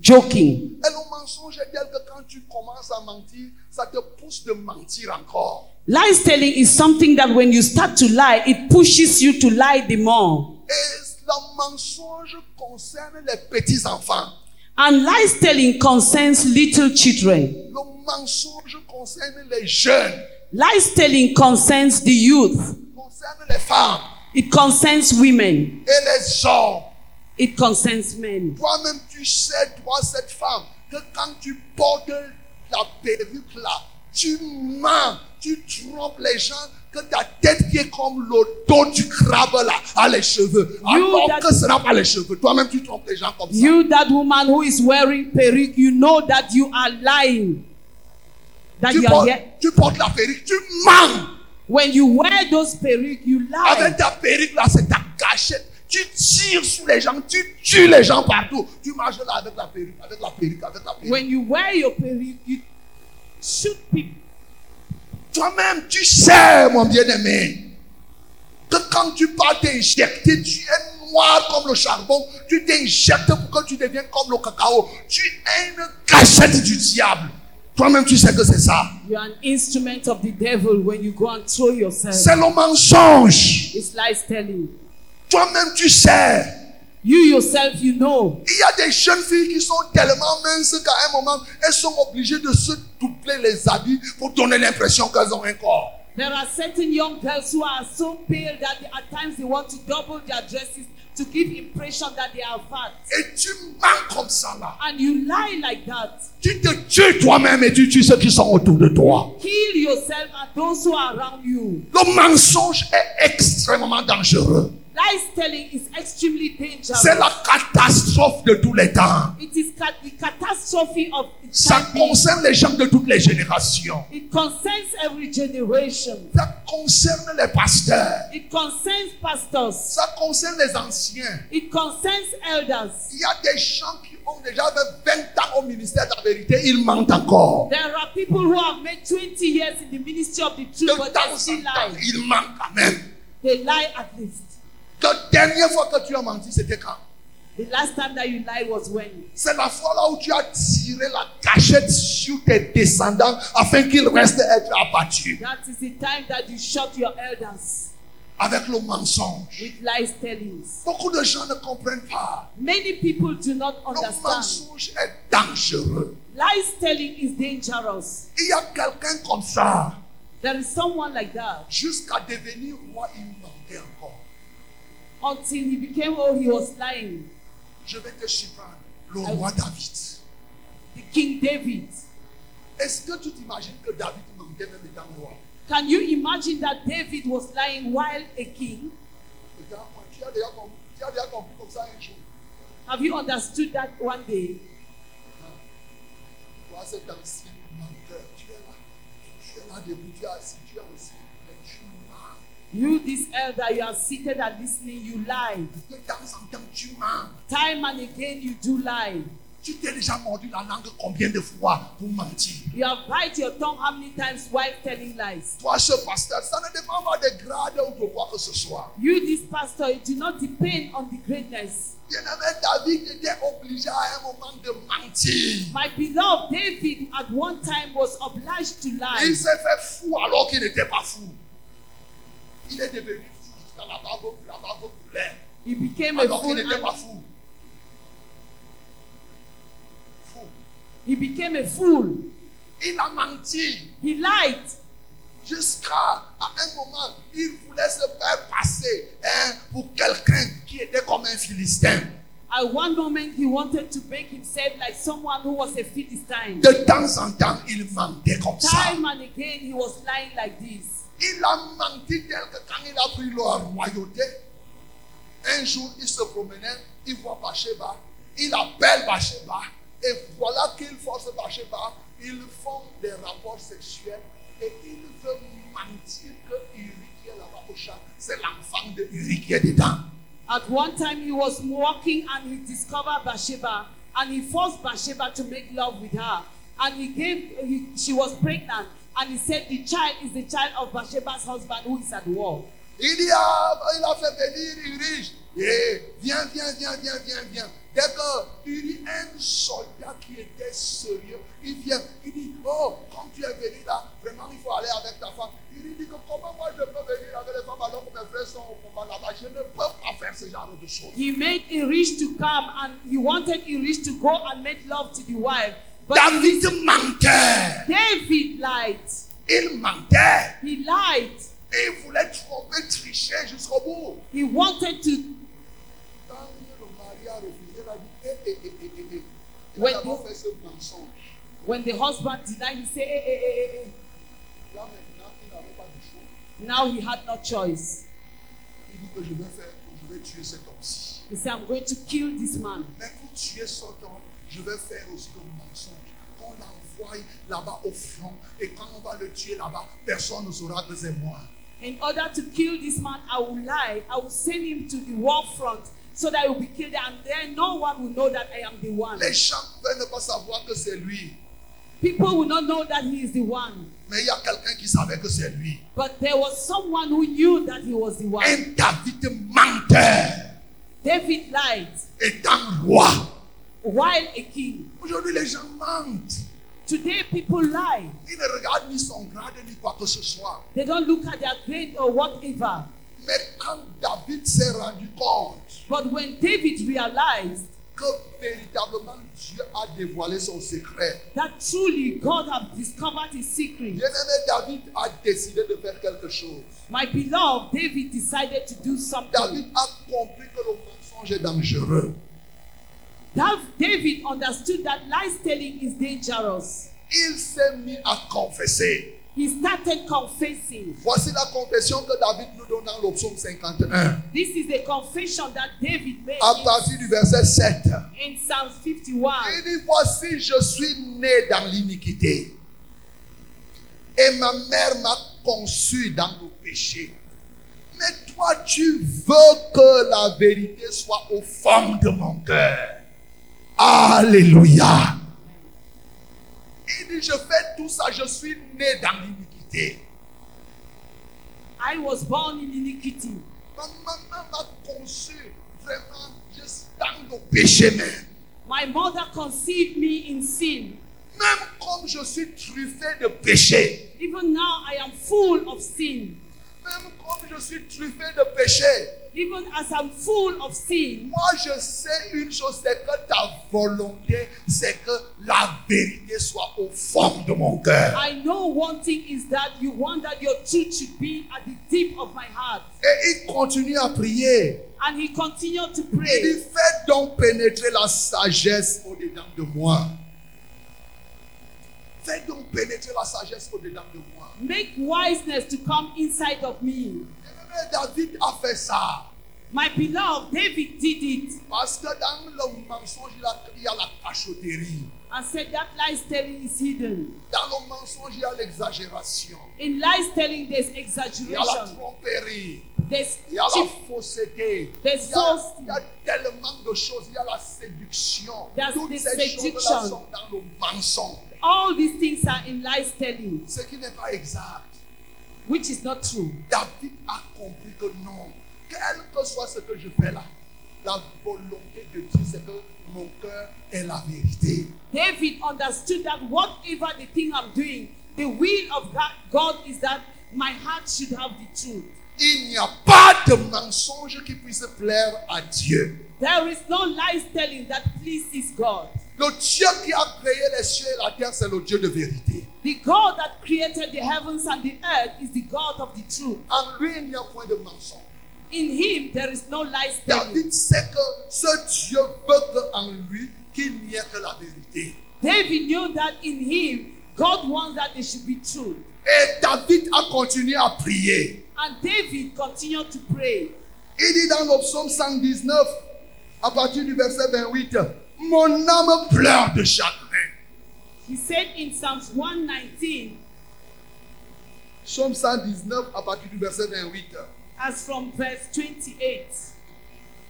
S2: joking.
S1: Et le mensonge est tel que quand tu commences à mentir, ça te pousse de mentir encore.
S2: Lies telling is something that when you start to lie, it pushes you to lie the more.
S1: Et le mensonge concerne les petits-enfants.
S2: And lies telling concerns little children.
S1: Le mensonge concerne les jeunes,
S2: Lies telling concerns the youth.
S1: concerne les femmes
S2: It concerns women.
S1: et les hommes.
S2: It concerns men.
S1: Toi-même, tu sais, toi, cette femme, que quand tu portes la perruque là, tu mens, tu trompes les gens, que ta tête qui est comme le dos du crabe là, a les cheveux.
S2: You
S1: Alors
S2: that-
S1: que ce n'a pas les cheveux. Toi-même, tu trompes les gens comme ça.
S2: You, that woman who is wearing perruque, you know that you are lying. That
S1: tu,
S2: you are
S1: portes,
S2: here.
S1: tu portes la perruque, tu mens.
S2: When you wear those perruque, you lie.
S1: Avec ta perruque là, c'est ta cachette. Tu tires sur les gens, tu tues les gens partout. Tu marches là avec la perruque, avec la perruque, avec la perruque.
S2: When you wear your perruque, you shoot people.
S1: Toi-même, tu sais, mon bien-aimé, que quand tu pars t'injecter, tu es noir comme le charbon. Tu t'injectes pour que tu deviennes comme le cacao. Tu es une cachette du diable. Toi-même, tu sais que c'est ça.
S2: You are an instrument of the devil when you go and throw yourself.
S1: C'est le mensonge.
S2: It's lies telling.
S1: Toi-même, tu sais.
S2: You yourself, you know.
S1: Il y a des jeunes filles qui sont tellement minces qu'à un moment, elles sont obligées de se doubler les habits pour donner l'impression qu'elles ont un corps.
S2: There are certain young girls who are so pale that at times they want to double their dresses to give impression that they are fat.
S1: Et tu mens comme ça là.
S2: And you lie like that.
S1: Tu te tues toi-même et tu tues ceux qui sont autour de toi.
S2: Kill yourself and those who are around you.
S1: Le mensonge est extrêmement dangereux.
S2: Lies telling is extremely dangerous.
S1: C'est la catastrophe de tous les temps.
S2: It is cat- the catastrophe of it
S1: Ça
S2: can be-
S1: concerne les gens de toutes les générations.
S2: It concerns every generation.
S1: Ça concerne les pasteurs.
S2: It concerns pastors.
S1: Ça concerne les anciens.
S2: It concerns elders.
S1: Il y a des gens qui ont déjà fait 20 ans au ministère de la vérité, ils mentent encore.
S2: There are people who have made 20 years in the ministry of the
S1: De
S2: truth, but
S1: temps
S2: they
S1: en
S2: still
S1: temps,
S2: lie.
S1: ils mentent quand même.
S2: They lie at least.
S1: La dernière fois que tu as menti, c'était quand
S2: The last time that you lied was when?
S1: C'est la fois là où tu as tiré la cachette sur tes descendants afin qu'ils restent être abattus
S2: That is the time that you shot your elders
S1: avec le mensonge.
S2: with lies tellings.
S1: Beaucoup de gens ne comprennent pas.
S2: Many people do not
S1: Le
S2: understand.
S1: mensonge est dangereux.
S2: Lies telling is dangerous.
S1: Il y a quelqu'un comme ça,
S2: There is someone like that.
S1: jusqu'à devenir roi, il mentait encore.
S2: Until he became old, he was lying.
S1: Je vais te surprendre, le roi David.
S2: The King David.
S1: Est-ce que tu t'imagines que David mentait même étant roi
S2: Can you imagine that David was lying while a king?
S1: Étant roi, Tu as déjà compris, tu as déjà compris comme ça un jour.
S2: Have you understood that one day?
S1: Toi, cet ancien menteur, tu es là. Tu es là debout, tu es assis, tu es assis. Mais tu mens.
S2: You, this elder, you are seated and listening, you lie.
S1: De temps en temps, tu mens.
S2: Time and again, you do lie.
S1: Tu t'es déjà mordu la langue combien de fois pour mentir
S2: You have bite your tongue how many times while telling lies?
S1: Toi, ce pasteur, ça ne dépend pas des grades ou de quoi que ce soit.
S2: You, this pastor, you do not depend on the greatness.
S1: Bien-aimé, David était obligé à un moment de mentir.
S2: My beloved David at one time was obliged to lie.
S1: Il s'est fait fou alors qu'il n'était pas fou. Il est devenu fou jusqu'à la barbe, la barbe brûlait,
S2: He became a
S1: alors qu'il
S2: fool.
S1: n'était
S2: And
S1: pas fou. Fou.
S2: he became a fool.
S1: Il a menti
S2: He lied.
S1: jusqu'à à un moment, il voulait se faire passer hein, pour quelqu'un qui était comme un Philistin.
S2: At one moment, he wanted to make himself like someone who was a Philistine.
S1: De temps en temps, il mentait comme ça.
S2: Time and again, he was lying like this.
S1: Il a menti tel que quand il a pris la royauté, un jour il se promenait, il voit Bathsheba, il appelle Bathsheba, et voilà qu'il force Bathsheba, ils font des rapports sexuels, et il veut mentir que Uri qui est là-bas au champ, c'est l'enfant de Uri qui est dedans.
S2: At one time, he was walking and he discovered Bathsheba, and he forced Bathsheba to make love with her. And he gave, he, she was pregnant, and he said, The child is the child of Bathsheba's husband who is at war.
S1: Il y a, il a fait venir Uri. Et viens, viens, viens, viens, viens, viens. Dès que Uri, un soldat qui était sérieux, il vient, il dit, oh, quand tu es venu là, vraiment, il faut aller avec ta femme. Uri dit que comment moi je peux venir avec les femmes alors que mes frères sont au combat là-bas. Je ne peux pas faire ce genre de choses.
S2: He made Irish to come, and he wanted Irish to go and make love to the wife. But
S1: David mentait.
S2: David lied.
S1: Il mentait.
S2: He lied.
S1: Et il voulait tromper, tricher jusqu'au bout.
S2: He wanted to.
S1: Quand le mari a refusé, il a dit, eh, hé, hé, hé, hé, hé, hé. Il
S2: Ouais,
S1: a d'abord
S2: donc-
S1: fait ce mensonge.
S2: When the husband denied, he said, "Eh, hey, hey, hey, hey, hey.
S1: Là maintenant, il n'avait pas de choix.
S2: Now he had no choice.
S1: Il dit que je vais faire, que je vais tuer cet homme-ci.
S2: He said, I'm going to kill this man.
S1: Mais pour tuer cet homme, je vais faire aussi un mensonge. Qu'on l'envoie là-bas au front. Et quand on va le tuer là-bas, personne ne saura que c'est moi.
S2: In order to kill this man, I will lie. I will send him to the war front so that he will be killed there, and then no one will know that I am the one.
S1: Les gens veulent ne pas savoir que c'est lui.
S2: People will not know that he is the one.
S1: Mais il y a quelqu'un qui savait que c'est lui.
S2: But there was someone who knew that he was the
S1: Un
S2: one.
S1: David menteur,
S2: David lied
S1: étant roi.
S2: while a king.
S1: Aujourd'hui, les gens mentent.
S2: Today, people lie.
S1: Ils ne regardent ni son grade ni quoi que ce soit.
S2: They don't look at their grade or whatever.
S1: Mais quand David s'est rendu compte
S2: But when David realized
S1: que véritablement Dieu a dévoilé son secret,
S2: that truly God had discovered his secret,
S1: Bien-aimé David a décidé de faire quelque chose.
S2: my beloved David decided to do something.
S1: David a compris que le mensonge est dangereux.
S2: Dav- David understood that lies telling is dangerous.
S1: Il s'est mis à confesser.
S2: He started confessing.
S1: Voici la confession que David nous donne dans le psaume 51.
S2: This is a confession that David made
S1: À partir du verset 7.
S2: in, in Psalm 51.
S1: Il dit, voici, je suis né dans l'iniquité. Et ma mère m'a conçu dans le péché. Mais toi, tu veux que la vérité soit au fond de mon cœur. Alléluia. Il dit, je fais tout ça, je suis né dans l'iniquité.
S2: I was born in iniquity.
S1: Ma maman m'a conçu vraiment juste dans le péché même.
S2: My mother conceived me in sin.
S1: Même comme je suis truffé de péché.
S2: Even now, I am full of sin.
S1: Même comme je suis truffé de péché,
S2: Even as I'm full of sin,
S1: moi je sais une chose, c'est que ta volonté, c'est que la vérité soit au fond de mon cœur.
S2: I know one thing is that you want that your truth should be at the deep of my heart.
S1: Et il continue à prier.
S2: And he continued to
S1: Il dit,
S2: pray.
S1: fais donc pénétrer la sagesse au-dedans de moi. Fais donc pénétrer la sagesse au-dedans de moi.
S2: Make wiseness to come inside of me.
S1: Et David a fait ça.
S2: My beloved, David did it
S1: Parce que dans le mensonge, il y a- il y a la cachotterie.
S2: and said that lies telling is hidden.
S1: Dans le mensonge, il y a l'exagération.
S2: In lies telling, there's
S1: Il y a la
S2: exaggeration,
S1: tromperie.
S2: there's
S1: Il y a la
S2: cheap,
S1: fausseté. Il y a,
S2: Des fausses-
S1: il y a tellement de choses. Il y a la séduction.
S2: There's
S1: Toutes
S2: the
S1: ces choses-là
S2: seduction.
S1: sont dans le mensonge.
S2: all these things are in lies telling,
S1: Ce qui n'est pas exact.
S2: which is not true.
S1: David a compris que non. Quel que soit ce que je fais là, la volonté de Dieu, c'est que mon cœur est la vérité.
S2: David understood that whatever the thing I'm doing, the will of God, God is that my heart should have the truth.
S1: Il n'y a pas de mensonge qui puisse plaire à Dieu.
S2: There is no lies telling that pleases God.
S1: Le Dieu qui a créé les cieux et la terre, c'est le Dieu de vérité.
S2: The God that created the heavens and the earth is the God of the truth.
S1: En lui, il n'y a point de mensonge.
S2: In him there is no lie standing.
S1: David sait que ce Dieu veut qu'en lui, qu'il n'y ait que la vérité.
S2: David knew that in him God wants that it should be true.
S1: Et David a continué à prier.
S2: And David continued to pray.
S1: Il dit dans le psaume 119, à partir du verset 28, Mon âme pleure de chagrin.
S2: He said in Psalms 119,
S1: Psaume 119, à partir du verset 28.
S2: as from verse 28,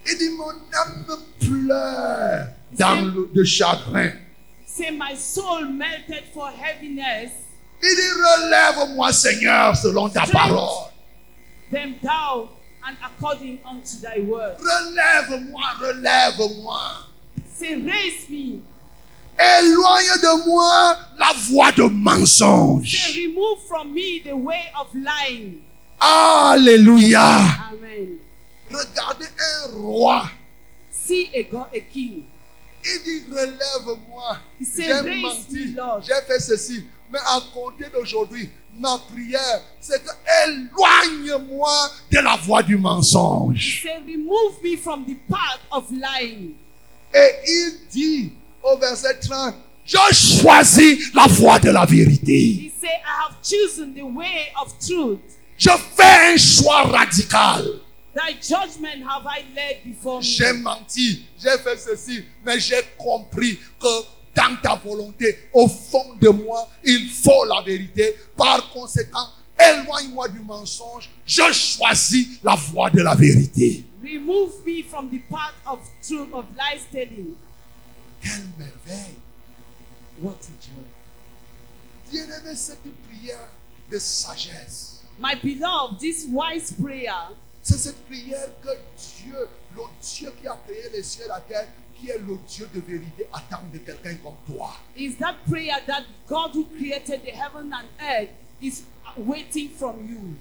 S1: Il dit Mon âme pleure dans le- de chagrin.
S2: say, My soul melted for heaviness,
S1: Il dit Relève-moi, Seigneur, selon ta parole.
S2: them thou and according unto thy word.
S1: Relève-moi, relève-moi.
S2: Say, Raise me,
S1: Éloigne de moi la voix de mensonge.
S2: say, remove from me the way of lying.
S1: Alléluia.
S2: Amen.
S1: Regardez un roi.
S2: See a God, a king.
S1: Il dit relève-moi.
S2: Il s'est
S1: J'ai
S2: raisé,
S1: menti.
S2: Lord.
S1: J'ai fait ceci. Mais à compter d'aujourd'hui, ma prière, c'est que éloigne-moi de la voix du mensonge.
S2: Say, Remove me from the path of lying.
S1: Et il dit au verset 30, je choisis la voie de la vérité.
S2: He said, I have chosen the way of truth.
S1: Je fais un choix radical.
S2: Thy judgment have I laid before me.
S1: J'ai menti, j'ai fait ceci, mais j'ai compris que dans ta volonté, au fond de moi, il faut la vérité. Par conséquent, éloigne-moi du mensonge. Je choisis la voie de la vérité.
S2: Remove me from the path of truth of lie telling.
S1: Quelle merveille!
S2: What a joy.
S1: Bien aimé, cette prière de sagesse,
S2: My beloved, this wise prayer
S1: c'est cette prière que Dieu, le Dieu qui a créé les cieux et la terre, qui est le Dieu de vérité, attend de quelqu'un comme toi.
S2: is that prayer that God who created the heaven and earth is waiting from you.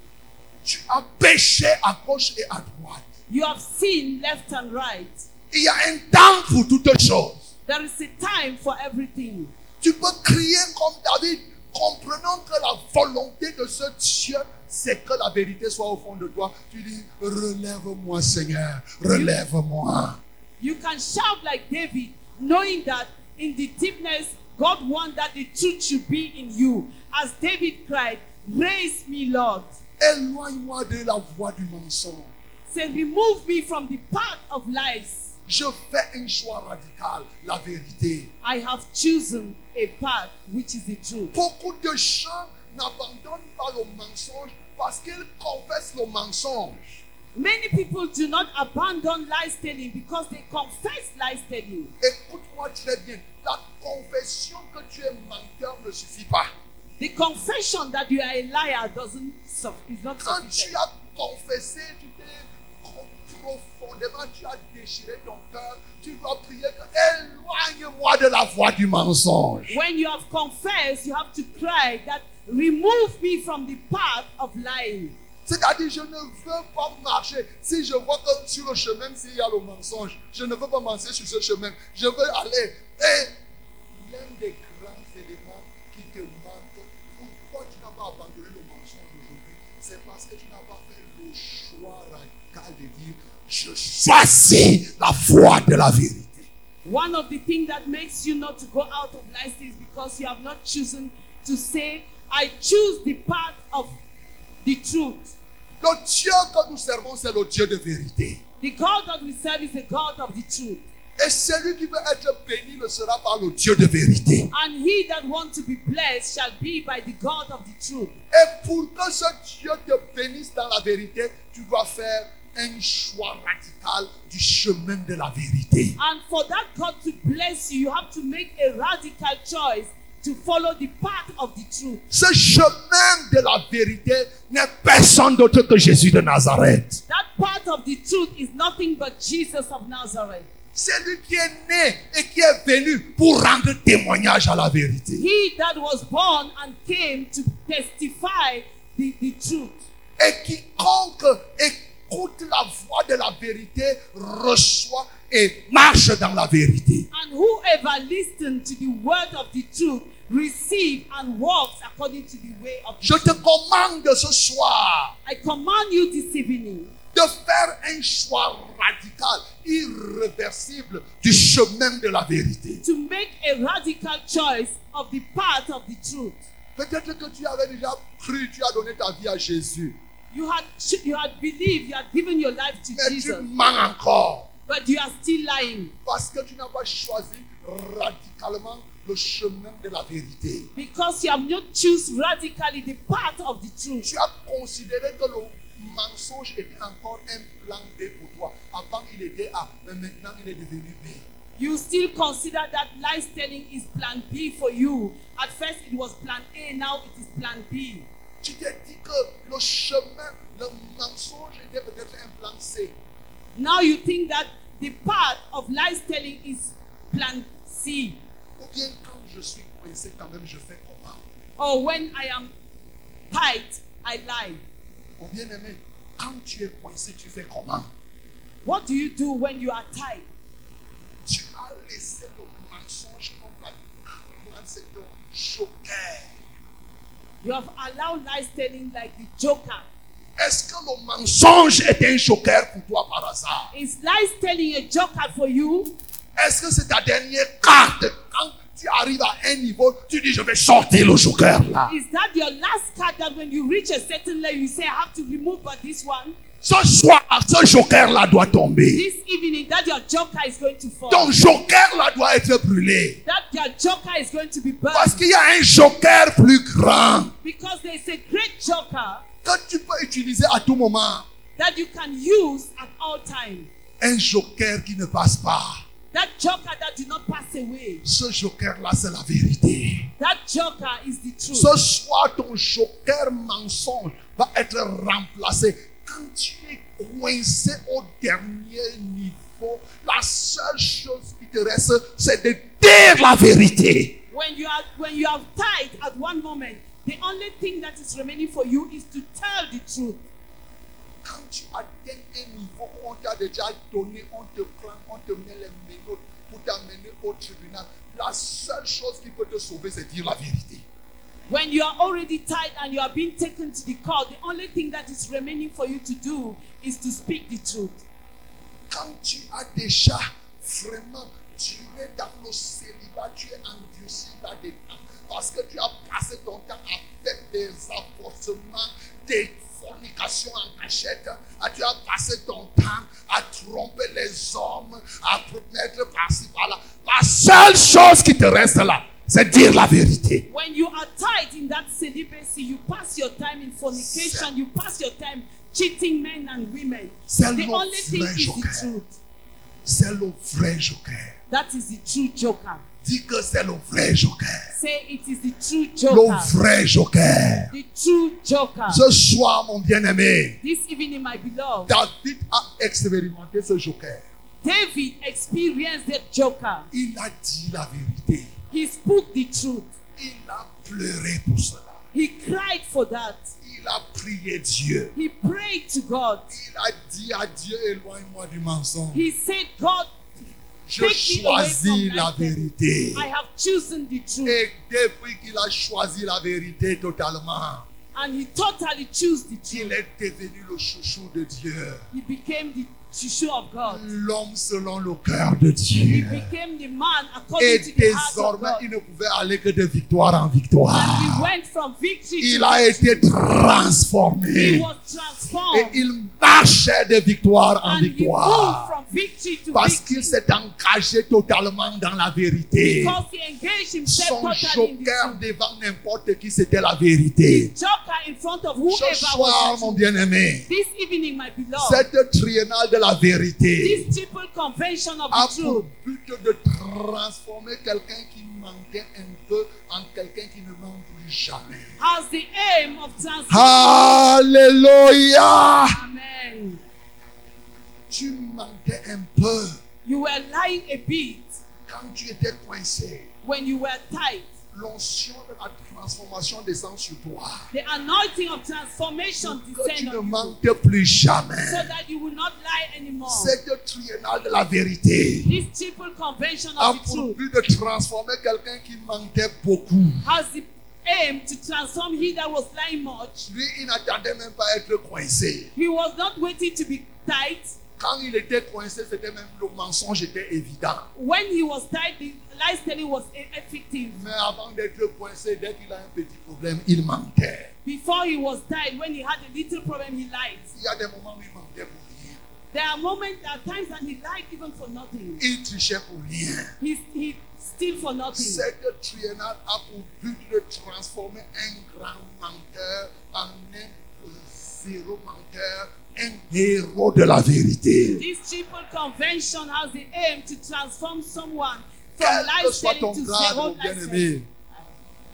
S1: Tu as péché à gauche et à droite.
S2: You have seen left and right.
S1: Il y a un temps pour toutes choses.
S2: There is a time for everything.
S1: Tu peux crier comme David, comprenant que la volonté de ce Dieu, c'est que la vérité soit au fond de toi. Tu dis, relève-moi Seigneur, relève-moi.
S2: You can shout like David, knowing that in the deepness, God wants that the truth should be in you. As David cried, Raise me, Lord.
S1: Éloigne-moi de la voix du mensonge.
S2: Say, Remove me from the path of lies.
S1: Je fais un choix radical, la vérité.
S2: I have chosen a path which is the truth.
S1: Beaucoup de gens n'abandonnent pas le mensonge parce qu'ils confessent le mensonge.
S2: Many people do not abandon lies telling because they confess lies telling.
S1: Écoute-moi très bien, la confession que tu es menteur ne suffit pas.
S2: The confession that you are a liar doesn't suff- is not
S1: Quand tu
S2: sufficient.
S1: as confessé, tu t'es profondément, tu as déchiré ton cœur, tu dois prier que éloigne-moi de la voix du mensonge.
S2: When you have confessed, you have to cry that remove me from the path of lying.
S1: C'est-à-dire, je ne veux pas marcher. Si je vois que sur le chemin, s'il y a le mensonge, je ne veux pas marcher sur ce chemin. Je veux aller. Et l'un des grands éléments qui te manque, pourquoi tu n'as pas abandonné le mensonge aujourd'hui, c'est parce que tu n'as pas fait le choix radical de dire, je choisis la voie de la vérité.
S2: One of the things that makes you not to go out of lies is because you have not chosen to say, I choose the path of the truth.
S1: Le Dieu que nous servons, c'est le Dieu de vérité.
S2: The God that we serve is the God of the truth.
S1: Et celui qui veut être béni le sera par le Dieu de vérité.
S2: And he that wants to be blessed shall be by the God of the truth.
S1: Et pour que ce Dieu te bénisse dans la vérité, tu dois faire un choix radical du chemin de la vérité.
S2: And for that God to bless you, you have to make a radical choice to follow the path of the truth.
S1: Ce chemin de la vérité n'est personne d'autre que Jésus de Nazareth.
S2: That path of the truth is nothing but Jesus of Nazareth.
S1: C'est lui qui est né et qui est venu pour rendre témoignage à la vérité.
S2: He that was born and came to testify the, the truth.
S1: Et quiconque écoute la voix de la vérité reçoit et marche dans la vérité.
S2: And whoever listened to the word of the truth receive and walks according to the way of the
S1: Je te
S2: truth.
S1: commande ce soir
S2: I command you this evening
S1: de faire un choix radical, irréversible du chemin de la vérité.
S2: to make a radical choice of the path of the truth.
S1: Peut-être que tu avais déjà cru, tu as donné ta vie à Jésus,
S2: You had you had believed, you had given your life to
S1: mais tu
S2: Jesus,
S1: mens encore
S2: but you are still lying
S1: parce que tu n'as pas choisi radicalement le chemin de la vérité.
S2: because you have not choose radically the path of the truth.
S1: Tu as considéré que le mensonge était encore un plan B pour toi. Avant, il était A, mais maintenant, il est devenu B.
S2: You still consider that lies telling is plan B for you. At first it was plan A, now it is plan B.
S1: Tu t'es dit que le chemin, le mensonge était peut-être un plan C.
S2: Now you think that the path of lies telling is plan C.
S1: Ou bien quand je suis coincé, quand même, je fais comment
S2: Or when I am tight, I lie.
S1: Mon bien-aimé, quand tu es coincé, tu fais comment
S2: What do you do when you are tight?
S1: Tu as laissé le mensonge comme la comme c'est ton joker.
S2: You have allowed lies telling like the joker.
S1: Est-ce que le mensonge est un joker pour toi par hasard
S2: Is lies telling a joker for you?
S1: Est-ce que c'est ta dernière carte Quand tu arrives à un niveau, tu dis je vais sortir le joker là.
S2: Is that your last card that when you reach a certain level you say I have to remove but this one?
S1: Ce soir, ce joker là doit tomber.
S2: This evening that your joker is going to fall.
S1: Ton joker là doit être brûlé.
S2: That your joker is going to be burned.
S1: Parce qu'il y a un joker plus grand
S2: Because there is a great joker
S1: que tu peux utiliser à tout moment.
S2: that you can use at all time.
S1: Un joker qui ne passe pas.
S2: That joker that did not pass away.
S1: Ce joker là, c'est la vérité.
S2: That joker is the truth.
S1: Ce soir, ton joker mensonge va être remplacé. Quand tu es coincé au dernier niveau, la seule chose qui te reste, c'est de dire la vérité.
S2: When you are when you are tied at one moment, the only thing that is remaining for you is to tell the truth.
S1: Quand tu atteins un niveau où on t'a déjà donné, on te prend, on te met les menottes pour t'amener au tribunal, la seule chose qui peut te sauver, c'est dire la vérité.
S2: When you are already tied and you are being taken to the court, the only thing that is remaining for you to do is to speak the truth.
S1: quand tu as déjà vraiment, tu es dans le célibat, tu es endurci là-dedans, parce que tu as passé ton temps à faire des apportements, des fornications en cachette, Ah, tu as passé ton temps à tromper les hommes, à promettre par-ci, par-là. La seule chose qui te reste là, c'est dire la vérité.
S2: When you are tied in that celibacy, you pass your time in fornication, you pass your time cheating men and women.
S1: C'est
S2: The
S1: le
S2: only thing
S1: vrai
S2: is the
S1: joker.
S2: truth.
S1: C'est le vrai joker.
S2: That is the true joker.
S1: Dis que c'est le vrai joker.
S2: Say it is the true
S1: Le
S2: joker.
S1: vrai joker.
S2: The true joker.
S1: Ce soir, mon bien-aimé,
S2: This evening, my beloved,
S1: David a expérimenté ce joker.
S2: David experienced that joker.
S1: Il a dit la vérité.
S2: He spoke the truth.
S1: Il a pleuré pour cela.
S2: He cried for that.
S1: Il a prié Dieu.
S2: He prayed to God.
S1: Il a dit à Dieu, éloigne-moi du mensonge.
S2: He said, God,
S1: Je choisis la vérité.
S2: I have chosen the truth.
S1: Et depuis qu'il a choisi la vérité totalement,
S2: And he totally chose the
S1: il
S2: truth.
S1: est devenu le chouchou de Dieu.
S2: He became the Shishu of God.
S1: L'homme selon le cœur de
S2: He
S1: Dieu.
S2: became the man
S1: Et
S2: according to the heart of
S1: désormais,
S2: God.
S1: il ne pouvait aller que de victoire en victoire.
S2: He went from victory to
S1: Il a été
S2: he
S1: transformé.
S2: was
S1: Et
S2: transformed.
S1: il marchait de victoire en
S2: And he moved
S1: victoire.
S2: from victory to
S1: Parce
S2: victory.
S1: qu'il s'est engagé totalement dans la vérité.
S2: Because he engaged himself
S1: Son
S2: totally in the
S1: joker
S2: truth.
S1: devant n'importe qui, c'était la vérité.
S2: Joker in front of whoever
S1: Ce soir,
S2: was
S1: mon bien-aimé,
S2: this evening, my beloved,
S1: cette triennale de la vérité
S2: this triple convention of
S1: a
S2: the
S1: pour
S2: truth
S1: but de transformer quelqu'un qui mentait un peu en quelqu'un qui ne ment plus jamais.
S2: has the aim of transforming.
S1: Alléluia!
S2: Amen.
S1: Tu mentais un peu
S2: You were lying a bit
S1: quand tu étais coincé.
S2: when you were tight.
S1: L'onction de la transformation descend sur toi.
S2: The anointing of transformation
S1: Que tu
S2: descend
S1: ne
S2: on you
S1: manques plus jamais.
S2: so that you will not lie anymore.
S1: Cette triennale de la vérité
S2: This triple convention
S1: a
S2: of the
S1: pour
S2: truth
S1: but de transformer quelqu'un qui mentait beaucoup
S2: has the aim to transform he that was lying much.
S1: Lui, il n'attendait même pas être coincé.
S2: He was not waiting to be tied.
S1: Quand il était coincé, c'était même le mensonge était évident.
S2: When he was tied, the lies telling was e- effective.
S1: Mais avant d'être coincé, dès qu'il a un petit problème, il mentait.
S2: Before he was tied, when he had a little problem, he lied.
S1: Il y a des moments où il mentait pour rien.
S2: There are moments, there are times that he lied even for nothing.
S1: Il trichait pour rien.
S2: He, he steal for nothing.
S1: Cette triennale a pour but de transformer un grand menteur en un euh, zéro menteur, un héros de la vérité.
S2: This triple convention has the aim to transform someone from
S1: Quel que
S2: life
S1: soit ton
S2: telling to
S1: grade,
S2: zero
S1: mon
S2: life
S1: bien-aimé,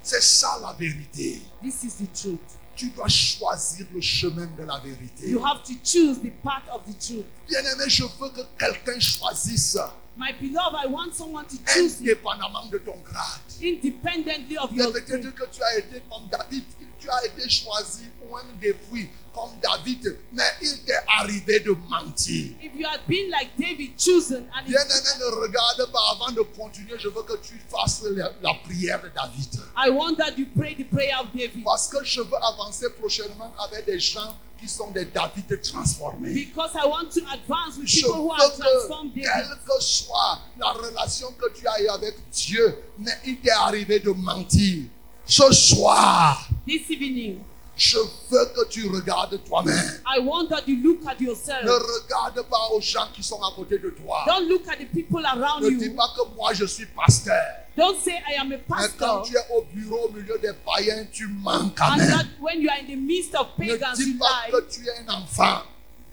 S1: c'est ça la vérité.
S2: This is the truth.
S1: Tu dois choisir le chemin de la vérité.
S2: You have to choose the path of the truth.
S1: Bien-aimé, je veux que quelqu'un choisisse,
S2: My beloved, I want someone to choose you
S1: indépendamment de ton grade.
S2: independently of
S1: Mais
S2: your
S1: peut-être que tu as été comme David, tu as été choisi pour un défi comme David, mais il t'est arrivé de mentir.
S2: If you had been like David, chosen, and it-
S1: Bien-aimé, ne regarde pas avant de continuer. Je veux que tu fasses la, la prière de David.
S2: I want that you pray the prayer of David.
S1: Parce que je veux avancer prochainement avec des gens qui sont des David transformés.
S2: Because I want to advance with
S1: Je
S2: people who
S1: veux
S2: are
S1: que,
S2: transformed David.
S1: quelle que soit la relation que tu as eu avec Dieu, mais il t'est arrivé de mentir. Ce soir,
S2: This evening,
S1: je veux que tu regardes toi-même.
S2: I want that you look at
S1: Ne
S2: yourself.
S1: regarde pas aux gens qui sont à côté de toi.
S2: Don't look at the people around
S1: Ne dis
S2: you.
S1: pas que moi je suis pasteur.
S2: Don't say, I am a
S1: Mais quand
S2: pastor.
S1: tu es au bureau au milieu des païens, tu manques quand
S2: And that
S1: même.
S2: when you are in the midst of
S1: Ne
S2: pagans,
S1: dis
S2: you
S1: pas
S2: lie.
S1: que tu es un enfant.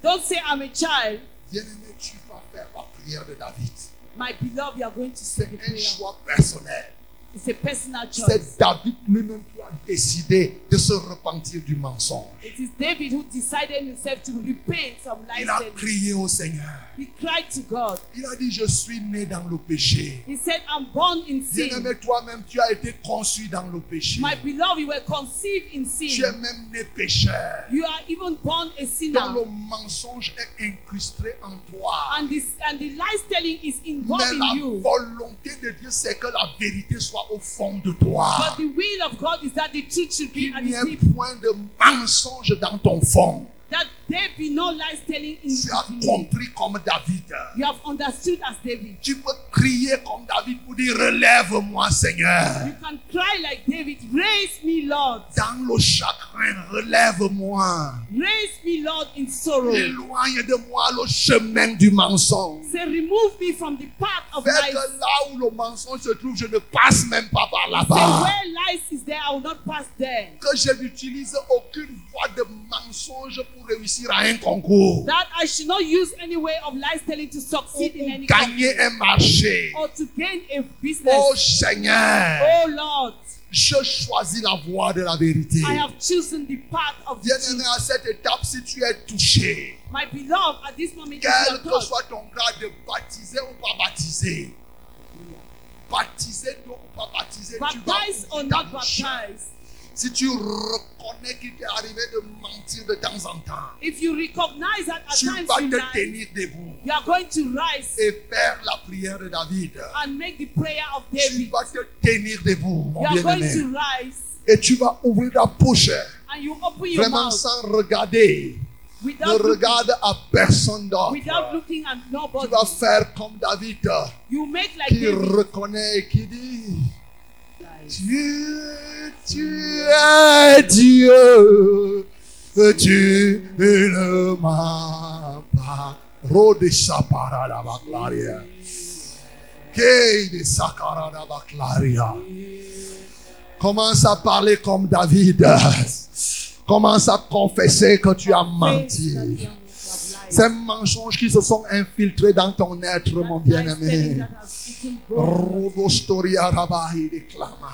S2: Don't say, I'm a child.
S1: Bien-aimé, tu vas faire la prière de David.
S2: My beloved, you are going to say
S1: C'est
S2: the
S1: un
S2: prayer.
S1: choix personnel.
S2: It's a personal choice.
S1: C'est David lui-même qui a décidé de se repentir du mensonge.
S2: It is David who decided himself to repent from
S1: Il a
S2: license.
S1: crié au Seigneur.
S2: He cried to God.
S1: Il a dit, je suis né dans le péché.
S2: He said, I'm born in sin.
S1: Bien-aimé, toi-même, tu as été conçu dans le péché.
S2: My beloved, you were conceived in
S1: Tu es
S2: sin.
S1: même né pécheur.
S2: You are even born a
S1: dont
S2: sinner.
S1: le mensonge est incrusté en toi.
S2: And, this, and the lies telling is
S1: Mais
S2: involved in
S1: la
S2: you.
S1: volonté de Dieu, c'est que la vérité soit au fond de toi.
S2: But the will of God is that the truth should be
S1: Il
S2: at
S1: n'y
S2: the
S1: ait
S2: deep.
S1: point de mensonge dans ton fond.
S2: That there be no lies telling in
S1: Tu as
S2: you.
S1: compris comme David.
S2: You have understood as David.
S1: Tu peux crier comme David pour dire relève-moi Seigneur.
S2: You can cry like David, raise me, Lord.
S1: Dans le chagrin, relève-moi.
S2: Raise me, Lord, in sorrow.
S1: Éloigne de moi le chemin du mensonge.
S2: Say, remove me from the path of
S1: Fais que
S2: lies.
S1: là où le mensonge se trouve, je ne passe même pas par
S2: Say,
S1: là-bas.
S2: where lies is there, I will not pass there.
S1: que je n'utilise aucune voie de mensonge pour réussir à un concours
S2: That I should not use any way of lies telling to
S1: ou
S2: succeed in
S1: pour
S2: any company
S1: gagner un marché.
S2: or to gain a
S1: Oh
S2: business.
S1: Seigneur,
S2: Oh Lord,
S1: je choisis la voie de la vérité.
S2: I have chosen the path of the
S1: Bien-aimé,
S2: truth.
S1: à cette étape, si tu es touché,
S2: My beloved, at this moment, if you
S1: quel
S2: are
S1: que
S2: taught,
S1: soit ton grade de baptisé ou pas baptisé, baptisé donc ou pas baptisé, tu vas
S2: baptized or
S1: ouvrir
S2: not
S1: ta bouche.
S2: baptized,
S1: Si tu reconnais qu'il t'est arrivé de mentir de temps en temps,
S2: if you recognize that at
S1: tu
S2: times
S1: vas
S2: you
S1: te
S2: lie,
S1: tenir debout.
S2: you are going to rise
S1: et faire la prière de David.
S2: and make the prayer of
S1: Tu
S2: David.
S1: vas te tenir debout,
S2: You
S1: mon
S2: are going
S1: bien-aimé.
S2: to rise
S1: Et tu vas ouvrir ta bouche,
S2: and you open your
S1: vraiment
S2: mouth
S1: sans regarder. Ne
S2: without looking,
S1: regarde à personne d'autre.
S2: without looking at
S1: Tu
S2: nobody.
S1: vas faire comme David,
S2: You make like
S1: qui
S2: David.
S1: reconnaît et qui dit Dieu, tu es Dieu, tu ne m'as pas rodessa para la baclaria. Que de sacara la baclaria. Commence à parler comme David. Commence à confesser que tu as menti. Ces mensonges qui se sont infiltrés dans ton être, mon bien-aimé. Rodostoria Rabahi déclama.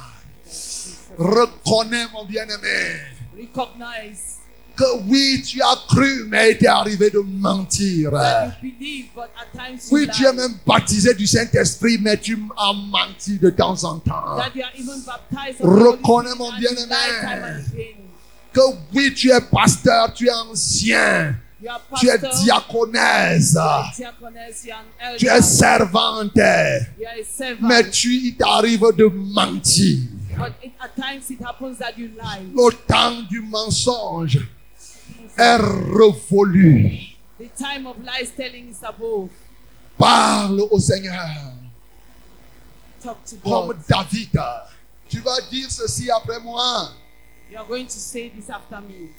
S1: Reconnais, mon bien-aimé,
S2: Recognize
S1: que oui, tu as cru, mais il t'est arrivé de mentir.
S2: that you believe, but at times you
S1: Oui, tu es
S2: lie.
S1: même baptisé du Saint-Esprit, mais tu as menti de temps en temps.
S2: That you are even baptized.
S1: Reconnais, mon
S2: and you lie time
S1: bien-aimé.
S2: and again.
S1: Que oui, tu es pasteur, tu es ancien,
S2: You are
S1: tu es
S2: pastor,
S1: diaconaise,
S2: diaconess, you are an elder,
S1: tu es servante,
S2: you are a servant.
S1: mais tu, il t'arrive de mentir.
S2: But it, at times it happens that you lie.
S1: Le temps du mensonge est revolu.
S2: The time of lies telling is above.
S1: Parle au Seigneur.
S2: Talk to
S1: Comme
S2: God.
S1: David. Tu vas dire ceci après moi.
S2: You are going to say this after me.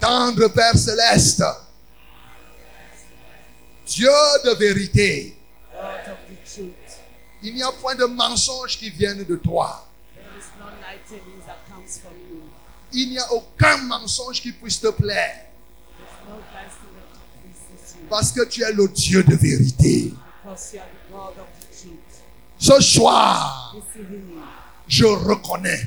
S1: Tendre Père céleste. Dieu de vérité.
S2: God of Oh, the truth.
S1: Il n'y a point de mensonge qui vienne de toi.
S2: There is none lie telling that comes from you.
S1: Il n'y a aucun mensonge qui puisse te plaire.
S2: There's no lie telling that pleases you.
S1: Parce que tu es le Dieu de vérité.
S2: Because you are the God of the truth.
S1: Ce soir,
S2: This evening,
S1: je reconnais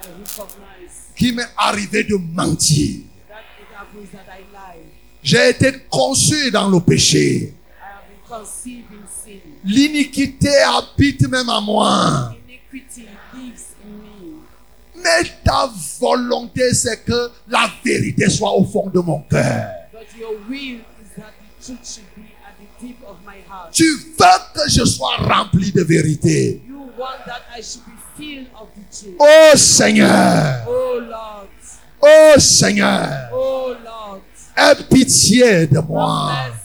S2: I recognize
S1: qu'il m'est arrivé de mentir.
S2: that it happens that I lie.
S1: J'ai été conçu dans le péché.
S2: I have been conceived in sin.
S1: L'iniquité habite même en moi.
S2: Iniquity lives in me.
S1: Mais ta volonté, c'est que la vérité soit au fond de mon cœur.
S2: But your will is that the truth should be at the deep of my heart.
S1: Tu veux que je sois rempli de vérité.
S2: You want that I should be filled of the truth. Oh,
S1: Oh Seigneur,
S2: Lord.
S1: oh Seigneur,
S2: Oh Lord.
S1: aie pitié de
S2: Have
S1: moi.
S2: mercy.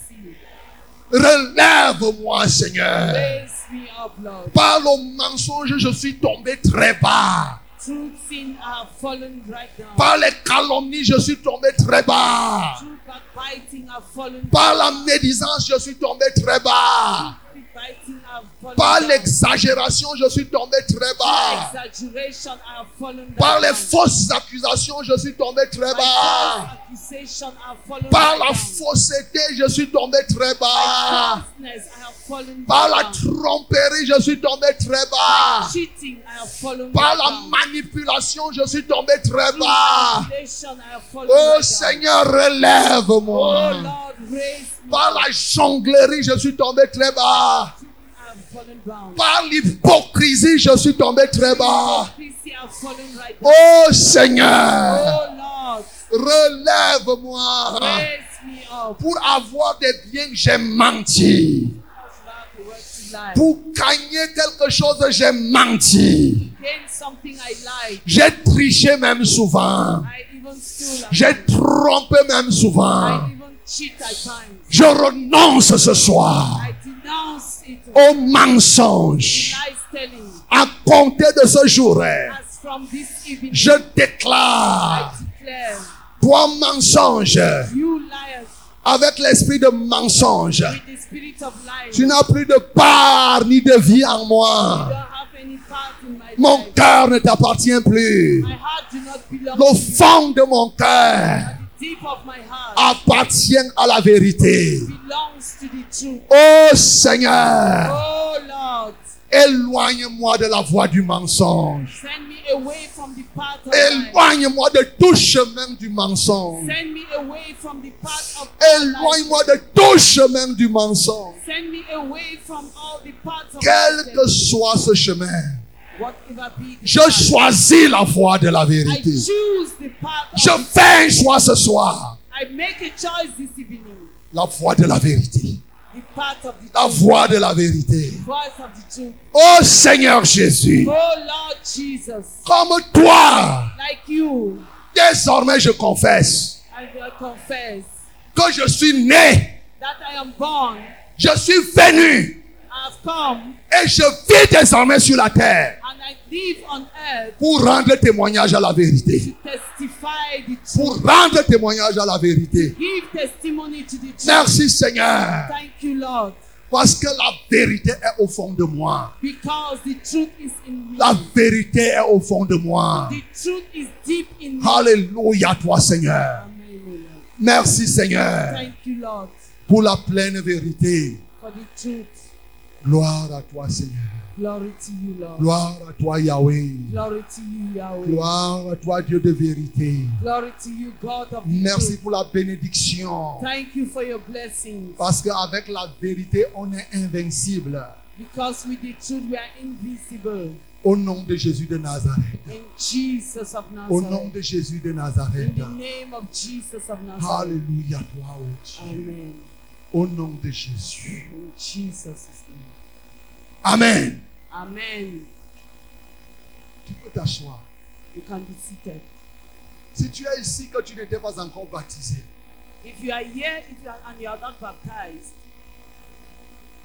S1: Relève-moi Seigneur.
S2: Raise me up, Lord.
S1: Par le mensonge, je suis tombé très bas.
S2: Through sin I have fallen right down.
S1: Par les calomnies, je suis tombé très bas.
S2: Through backbiting I have fallen
S1: Par la
S2: down.
S1: médisance, je suis tombé très bas.
S2: Through backbiting I have fallen
S1: Par
S2: down.
S1: l'exagération, je suis tombé très bas.
S2: Through exaggeration I have fallen
S1: Par les
S2: down.
S1: fausses accusations, je suis tombé très
S2: By false
S1: bas.
S2: accusation I have fallen
S1: Par
S2: right
S1: la
S2: down.
S1: fausseté, je suis tombé très bas.
S2: Falseness, I have fallen
S1: Par la
S2: down.
S1: tromperie, je suis tombé très bas.
S2: Cheating, I have fallen
S1: Par
S2: right
S1: la
S2: down.
S1: manipulation, je suis tombé très
S2: Through
S1: bas.
S2: manipulation, I have fallen right
S1: Oh
S2: down.
S1: Seigneur,
S2: Oh
S1: relève-moi.
S2: Lord, raise me.
S1: Par la jonglerie, je suis tombé très bas.
S2: I have fallen down.
S1: Par l'hypocrisie, je suis tombé très bas.
S2: Please, I have fallen right down.
S1: Oh Seigneur,
S2: Oh
S1: relève-moi.
S2: Lord, raise me up.
S1: Pour avoir des biens, j'ai menti.
S2: That's not the word to lie.
S1: Pour gagner quelque chose, j'ai menti.
S2: Gain something I lied.
S1: J'ai triché même souvent.
S2: I even stole. at
S1: J'ai
S2: times.
S1: trompé même souvent.
S2: I even cheat at times.
S1: Je renonce ce soir
S2: I denounce it.
S1: au mensonge.
S2: Lies telling.
S1: À compter de ce jour,
S2: As from this evening,
S1: je déclare,
S2: I declare,
S1: toi mensonge,
S2: you liars,
S1: avec l'esprit de mensonge,
S2: with the spirit of lying,
S1: tu n'as plus de part ni de vie en
S2: You
S1: moi.
S2: don't have any part in my
S1: Mon
S2: life.
S1: cœur ne t'appartient plus.
S2: My heart do not belong
S1: Le
S2: to you.
S1: fond de mon cœur
S2: The deep of my heart
S1: appartient à la vérité.
S2: belongs to the truth.
S1: Oh Seigneur,
S2: Oh Lord,
S1: éloigne-moi de la voie du mensonge.
S2: send me away from the path of life.
S1: Éloigne-moi de tout chemin du mensonge.
S2: Send me away from the path of life.
S1: Éloigne-moi de tout chemin du mensonge.
S2: Send me away from all the paths of
S1: Quel que
S2: life.
S1: soit ce chemin,
S2: Whatever be the
S1: je
S2: path.
S1: choisis la voie de la
S2: I
S1: vérité.
S2: choose the path of
S1: Je fais un choix ce soir.
S2: I make a choice this evening.
S1: La voie de la vérité.
S2: The path of the
S1: La
S2: truth.
S1: voie de la vérité.
S2: Voice of the truth.
S1: Oh Seigneur Jésus,
S2: Oh Lord Jesus,
S1: comme toi,
S2: like you,
S1: désormais je confesse
S2: I will confess
S1: que je suis né,
S2: that I am born,
S1: je suis venu
S2: I have come,
S1: et je vis désormais sur la terre
S2: and I live on earth
S1: pour rendre témoignage à la vérité.
S2: to testify the truth.
S1: pour rendre témoignage à la vérité.
S2: Give testimony to the truth.
S1: Merci Seigneur,
S2: Thank you, Lord,
S1: parce que la vérité est au fond de moi.
S2: because the truth is in me.
S1: La vérité est au fond de moi.
S2: The truth is deep in me.
S1: Alléluia toi Seigneur.
S2: Amen, Lord.
S1: Merci Seigneur
S2: Thank you, Lord,
S1: pour la pleine vérité.
S2: for the truth.
S1: Gloire à toi Seigneur.
S2: Glory to you, Lord.
S1: Gloire à toi Yahweh.
S2: Glory to you, Yahweh.
S1: Gloire à toi Dieu de vérité.
S2: Glory to you, God of the
S1: Merci
S2: truth.
S1: pour la bénédiction.
S2: Thank you for your blessings.
S1: Parce qu'avec la vérité, on est invincible.
S2: Because with the truth we are invisible.
S1: Au nom de Jésus de Nazareth.
S2: In Jesus of
S1: Au nom
S2: Nazareth.
S1: de Jésus de
S2: In
S1: Nazareth.
S2: the name of Jesus of Nazareth.
S1: Alléluia, toi, ô Dieu.
S2: Amen.
S1: Au nom de Jésus.
S2: In Jesus' name.
S1: Amen.
S2: Amen.
S1: Tu peux t'asseoir.
S2: You can be seated.
S1: Si tu es ici que tu n'étais pas encore baptisé,
S2: If you are here if you are, and you are not baptized,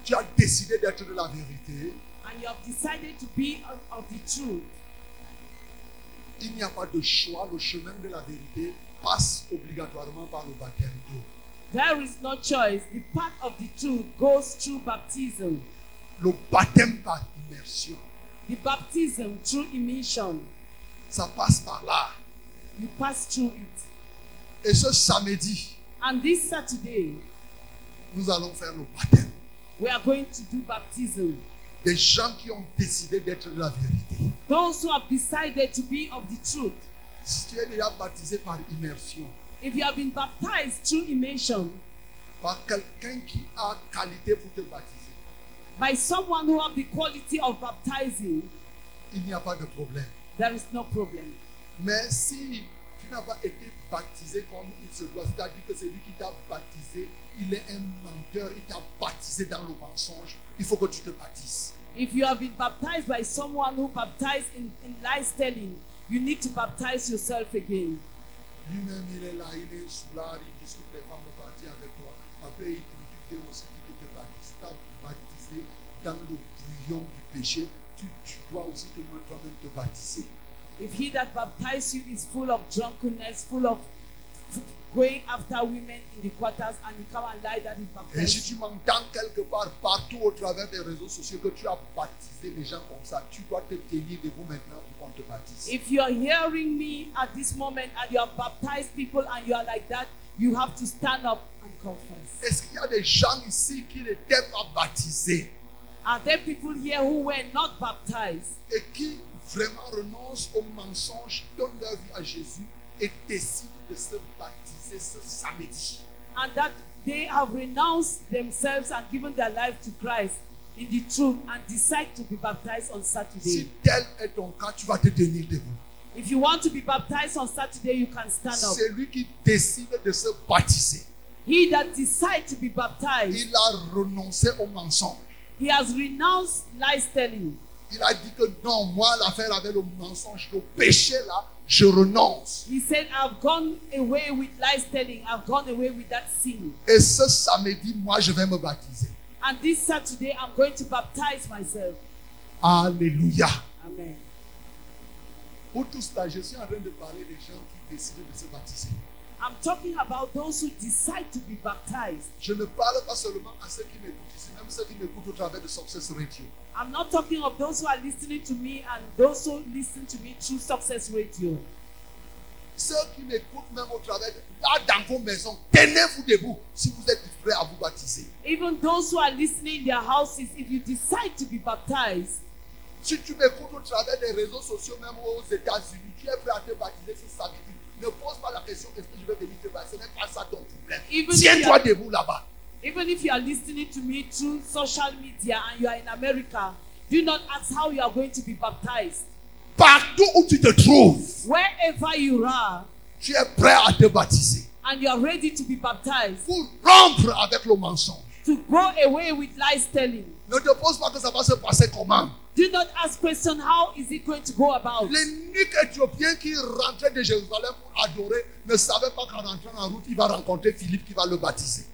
S1: tu as décidé d'être de la vérité,
S2: and you have decided to be of, of the truth,
S1: il n'y a pas de choix. Le chemin de la vérité passe obligatoirement par le baptême d'eau.
S2: there is no choice. The path of the truth goes through baptism,
S1: Le baptême par immersion,
S2: the baptism through immersion.
S1: ça passe par là.
S2: You pass through it.
S1: Et ce samedi,
S2: And this Saturday,
S1: nous allons faire le baptême.
S2: we are going to do baptism.
S1: Des gens qui ont décidé d'être de la vérité.
S2: Those who have decided to be of the truth,
S1: Si tu es déjà baptisé par immersion,
S2: if you have been baptized through immersion
S1: par quelqu'un qui a qualité pour te baptiser,
S2: by someone who have the quality of baptizing,
S1: il n'y a pas de problème.
S2: there is no problem.
S1: Mais si tu n'as pas été baptisé comme il se doit, c'est-à-dire que celui qui t'a baptisé, il est un menteur, il t'a baptisé dans le mensonge, il faut que tu te baptises.
S2: If you have been baptized by someone who baptized in, in lies telling, you need to baptize yourself again.
S1: Lui-même, il est là, il est soulard, il discute les femmes de parti avec toi. Après, il te dit aussi qu'il te baptise. T'as baptisé dans le bouillon du péché, tu, tu dois aussi te mettre toi-même te baptiser.
S2: If he that baptized you is full of drunkenness, full of f- going after women in the quarters, and you come and lie that he
S1: Et si tu
S2: baptized you,
S1: m'entends quelque part, partout au travers des réseaux sociaux, que tu as baptisé les gens comme ça, tu dois te tenir de vous maintenant pour qu'on te baptise.
S2: if you are hearing me at this moment and you have baptized people and you are like that, you have to stand up and confess.
S1: Est-ce qu'il y a des gens ici qui n'étaient pas baptisés
S2: Are there people here who were not baptized
S1: et qui vraiment renoncent au mensonge, donnent leur vie à Jésus et décident de se baptiser ce samedi
S2: and that they have renounced themselves and given their life to Christ in the truth and decide to be baptized on Saturday?
S1: Si tel est ton cas, tu vas te tenir debout.
S2: If you want to be baptized on Saturday, you can stand up.
S1: Celui qui décide de se baptiser,
S2: He that decides to be baptized,
S1: il a renoncé au mensonge.
S2: he has renounced lies telling.
S1: Il a dit que non, moi, l'affaire avec le mensonge, le péché là, je renonce.
S2: He said, I've gone away with lies telling, I've gone away with that sin.
S1: Et ce samedi, moi, je vais me baptiser.
S2: And this Saturday, I'm going to baptize myself.
S1: Alléluia.
S2: Amen.
S1: Pour tous là, je suis en train de parler des gens qui décident de se baptiser.
S2: I'm talking about those who decide to be baptized.
S1: Je ne parle pas seulement à ceux qui m'écoutent ici, même ceux qui m'écoutent au travers de Success Radio.
S2: I'm not talking of those who are listening to me and those who listen to me through Success Radio.
S1: Ceux qui m'écoutent même au travers de là dans vos maisons, tenez-vous debout si vous êtes prêts à vous baptiser.
S2: Even those who are listening in their houses, if you decide to be baptized,
S1: Si tu m'écoutes au travers des réseaux sociaux, même aux États-Unis, tu es prêt à te baptiser ce samedi. Ne pose pas la question est-ce que je vais venir te baptiser Ce n'est pas ça ton problème.
S2: Even
S1: Tiens-toi
S2: si-
S1: debout là-bas.
S2: even if you are listening to me through social media and you are in America, do not ask how you are going to be baptized.
S1: Partout où tu te trouves,
S2: Wherever you are
S1: tu es prêt à te baptiser
S2: and you are ready to be baptized,
S1: pour rompre avec le mensonge.
S2: to go away with lies telling.
S1: Ne te pose pas que ça va se passer comment.
S2: Do not ask question how is it going to go about.
S1: L'unique Éthiopien qui rentrait de Jérusalem pour adorer ne savait pas qu'en rentrant en route, il va rencontrer Philippe qui va le baptiser.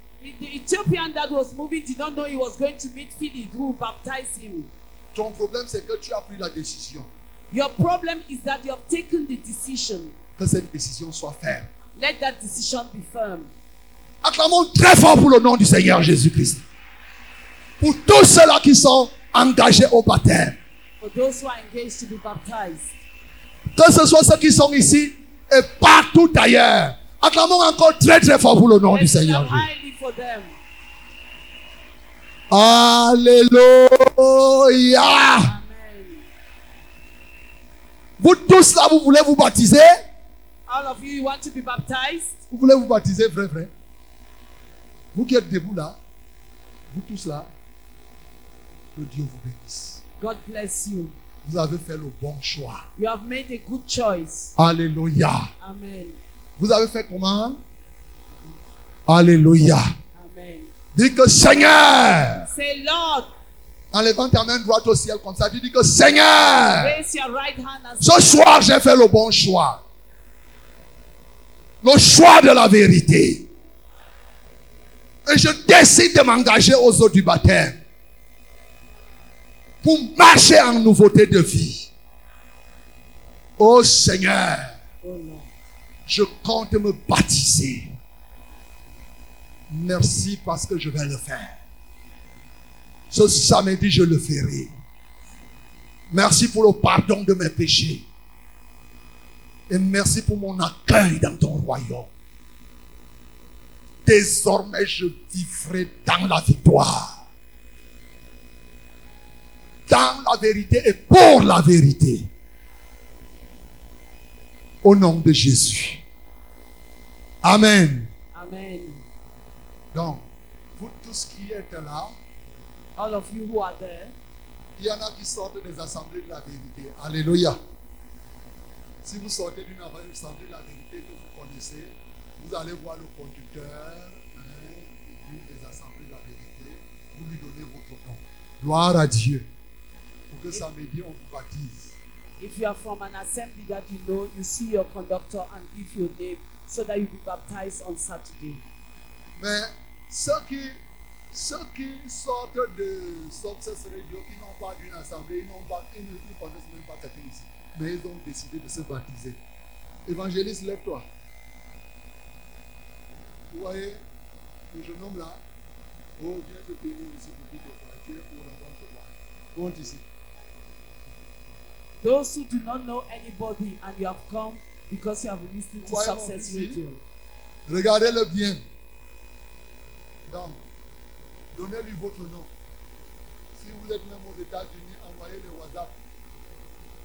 S2: The Ethiopian that was moving did not know he was going to meet Philip who baptized him.
S1: Ton problème, c'est que tu as pris la décision
S2: Your problem is that you have taken the decision.
S1: que cette décision soit ferme.
S2: Let that decision be firm.
S1: Acclamons très fort pour le nom du Seigneur Jésus-Christ. Pour tous ceux-là qui sont engagés au baptême,
S2: For those who are engaged to be baptized,
S1: que ce soit ceux qui sont ici et partout ailleurs. Acclamons encore très très fort pour le nom du
S2: let's clap
S1: Seigneur. Jésus.
S2: highly for them.
S1: Alléluia.
S2: Amen.
S1: Vous tous là, vous voulez vous baptiser
S2: All of you, you want to be baptized?
S1: Vous voulez vous baptiser, vrai, vrai Vous qui êtes debout là, vous tous là, que Dieu vous bénisse.
S2: God bless you.
S1: Vous avez fait le bon choix.
S2: You have made a good choice.
S1: Alléluia.
S2: Amen.
S1: Vous avez fait comment Alléluia.
S2: Amen.
S1: Dites que Seigneur,
S2: Say, Lord,
S1: en levant ta main droite au ciel comme ça, tu dis que Seigneur,
S2: Raise your right hand and
S1: ce
S2: say,
S1: soir j'ai fait le bon choix. Le choix de la vérité. Et je décide de m'engager aux eaux du baptême pour marcher en nouveauté de vie. Ô Seigneur, je compte me baptiser. Merci parce que je vais le faire. Ce samedi, je le ferai. Merci pour le pardon de mes péchés. Et merci pour mon accueil dans ton royaume. Désormais, je vivrai dans la victoire. Dans la vérité et pour la vérité. Au nom de Jésus. Amen.
S2: Amen.
S1: Donc, vous tous qui êtes là,
S2: All of you who are there,
S1: Il y en a qui sortent des assemblées de la vérité. Alléluia. Si vous sortez d'une assemblée de la vérité que vous connaissez, vous allez voir le conducteur hein, d'une des assemblées de la vérité. Vous lui donnez votre nom. Gloire à Dieu. Pour que samedi, on vous baptise.
S2: if you are from an assembly that you know, you see your conductor and give your name so that you'll be baptized on Saturday.
S1: Mais ceux qui, ceux qui sortent de Success Radio, qui n'ont pas d'une assemblée, ils n'ont pas, ils ne ils connaissent même pas quelqu'un ici. Mais ils ont décidé de se baptiser. Évangéliste, lève-toi. Vous voyez, le jeune homme là, oh, viens te bénir ici pour qui te voit. Tu es pour la bonne te voir. Monte ici.
S2: Those who do not know anybody and you have come because you have been listening to
S1: Why won't
S2: Success
S1: we see?
S2: Radio,
S1: Regardez-le bien. Donc, donnez-lui votre nom. Si vous êtes même aux États-Unis, envoyez le WhatsApp.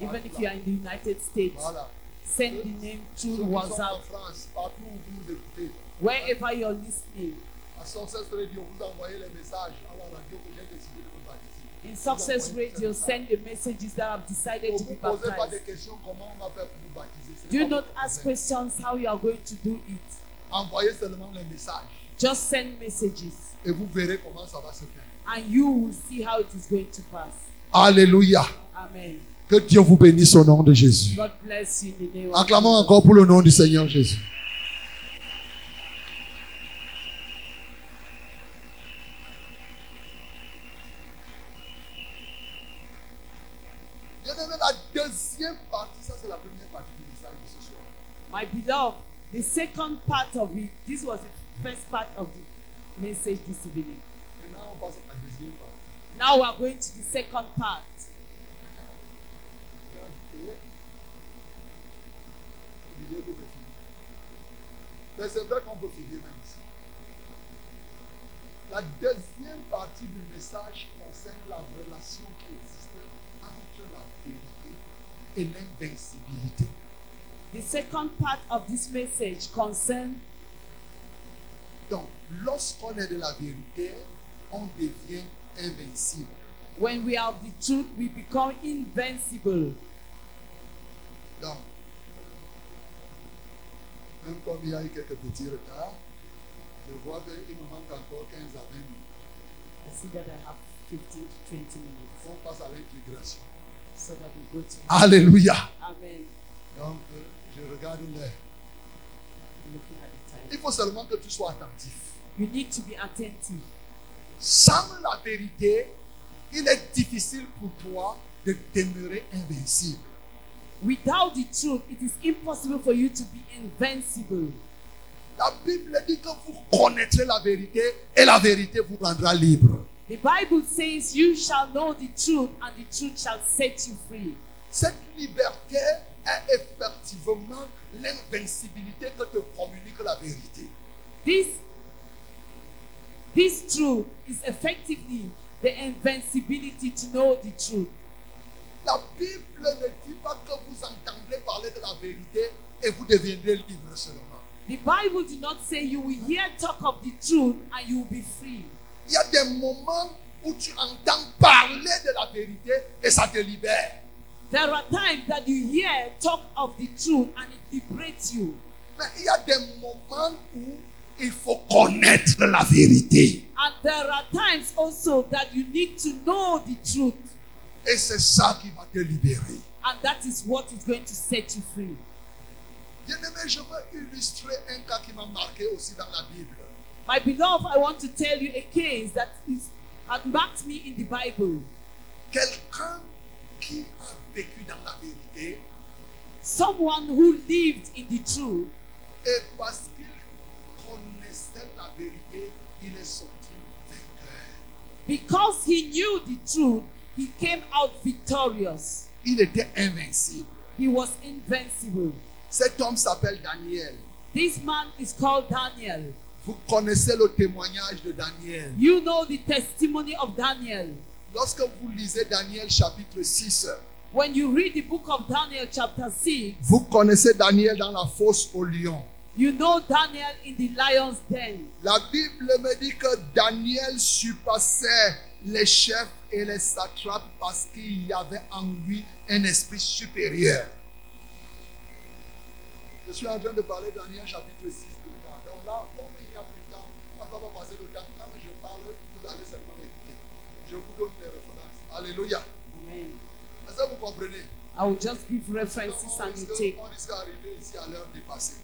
S2: even if you are in the United States,
S1: Voilà.
S2: send the name
S1: Ceux
S2: through
S1: qui sont en
S2: WhatsApp.
S1: France, partout où vous nous écoutez,
S2: Wherever you're listening,
S1: à Success Radio, vous envoyez les messages à la radio que j'ai décidé de vous baptiser.
S2: in Success Radio, send the messages that have decided
S1: Ne
S2: to
S1: vous
S2: be
S1: posez pas des
S2: baptized.
S1: questions comment on va faire pour vous baptiser. Ce n'est
S2: Do
S1: pas
S2: not
S1: votre
S2: ask
S1: problème.
S2: questions how you are going to do it.
S1: Envoyez seulement les messages
S2: Just send messages
S1: et vous verrez comment ça va se faire.
S2: and you will see how it is going to pass.
S1: Alléluia.
S2: Amen.
S1: Que Dieu vous bénisse au nom de Jésus.
S2: God bless you in the name of
S1: Acclamons
S2: Jesus.
S1: encore pour le nom du Seigneur Jésus. Bien-aimé, la deuxième partie, ça c'est la première partie du message de ce soir.
S2: My beloved, the second part of it, this was the first part of the message this evening.
S1: Maintenant, on passe à la deuxième partie.
S2: Now we are going to the second part.
S1: Il est beau, petit. Mais c'est vrai qu'on peut finir même ici. La deuxième partie du message concerne la relation qui existe entre la vérité et l'invincibilité.
S2: The second part of this message concerns
S1: Donc, lorsqu'on est de la vérité, on devient invincible.
S2: when we have the truth, we become invincible.
S1: Donc, même comme il y a eu quelques petits retards, je vois qu'il me manque encore 15 à 20 minutes.
S2: I see that I have 15 to 20 minutes
S1: On passe à l'intégration.
S2: so that we go to.
S1: Ah. Alléluia.
S2: Amen.
S1: Donc, euh, je regarde l'air.
S2: Looking at the
S1: Il
S2: time.
S1: faut seulement que tu sois attentif.
S2: You need to be attentive.
S1: Sans la vérité, il est difficile pour toi de demeurer invincible.
S2: Without the truth, it is impossible for you to be invincible.
S1: La Bible dit que vous connaîtrez la vérité et la vérité vous rendra libre.
S2: The Bible says, You shall know the truth, and the truth shall set you free.
S1: Cette liberté est effectivement l'invincibilité que te communique la vérité.
S2: This, this truth is effectively the invincibility to know the truth.
S1: La Bible ne dit pas que vous entendrez parler de la vérité et vous deviendrez libre seulement.
S2: The Bible did not say you will hear talk of the truth and you will be free.
S1: Il y a des moments où tu entends parler de la vérité et ça te libère.
S2: There are times that you hear talk of the truth and it liberates you.
S1: Mais il y a des moments où il faut connaître la vérité.
S2: And there are times also that you need to know the truth.
S1: Et c'est ça qui va te libérer.
S2: And that is what is going to set you free.
S1: Bien-aimé, je veux illustrer un cas qui m'a marqué aussi dans la Bible.
S2: My beloved, I want to tell you a case that is had marked me in the Bible.
S1: Quelqu'un qui a vécu dans la vérité
S2: Someone who lived in the truth,
S1: et parce qu'il connaissait la vérité, il est sorti vainqueur.
S2: because he knew the truth, he came out victorious.
S1: Il était invincible.
S2: He was invincible.
S1: Cet homme s'appelle Daniel.
S2: This man is called Daniel.
S1: Vous connaissez le témoignage de Daniel.
S2: You know the testimony of Daniel.
S1: Lorsque vous lisez Daniel chapitre 6,
S2: When you read the book of Daniel, chapter 6,
S1: vous connaissez Daniel dans la fosse au lion.
S2: you know Daniel in the lion's den.
S1: La Bible me dit que Daniel surpassait les chefs et les satrapes parce qu'il y avait en lui un esprit supérieur. Je suis en train de parler de Daniel chapitre 6. Donc là, comme il n'y a plus de temps, on ne va pas passer le temps. Quand je parle, vous allez seulement écouter. Je vous donne des références. Alléluia.
S2: Amen.
S1: Est-ce que vous comprenez
S2: I will just give
S1: Donc,
S2: references
S1: on
S2: and you
S1: risque-
S2: take.
S1: on risque d'arriver ici à l'heure dépassée.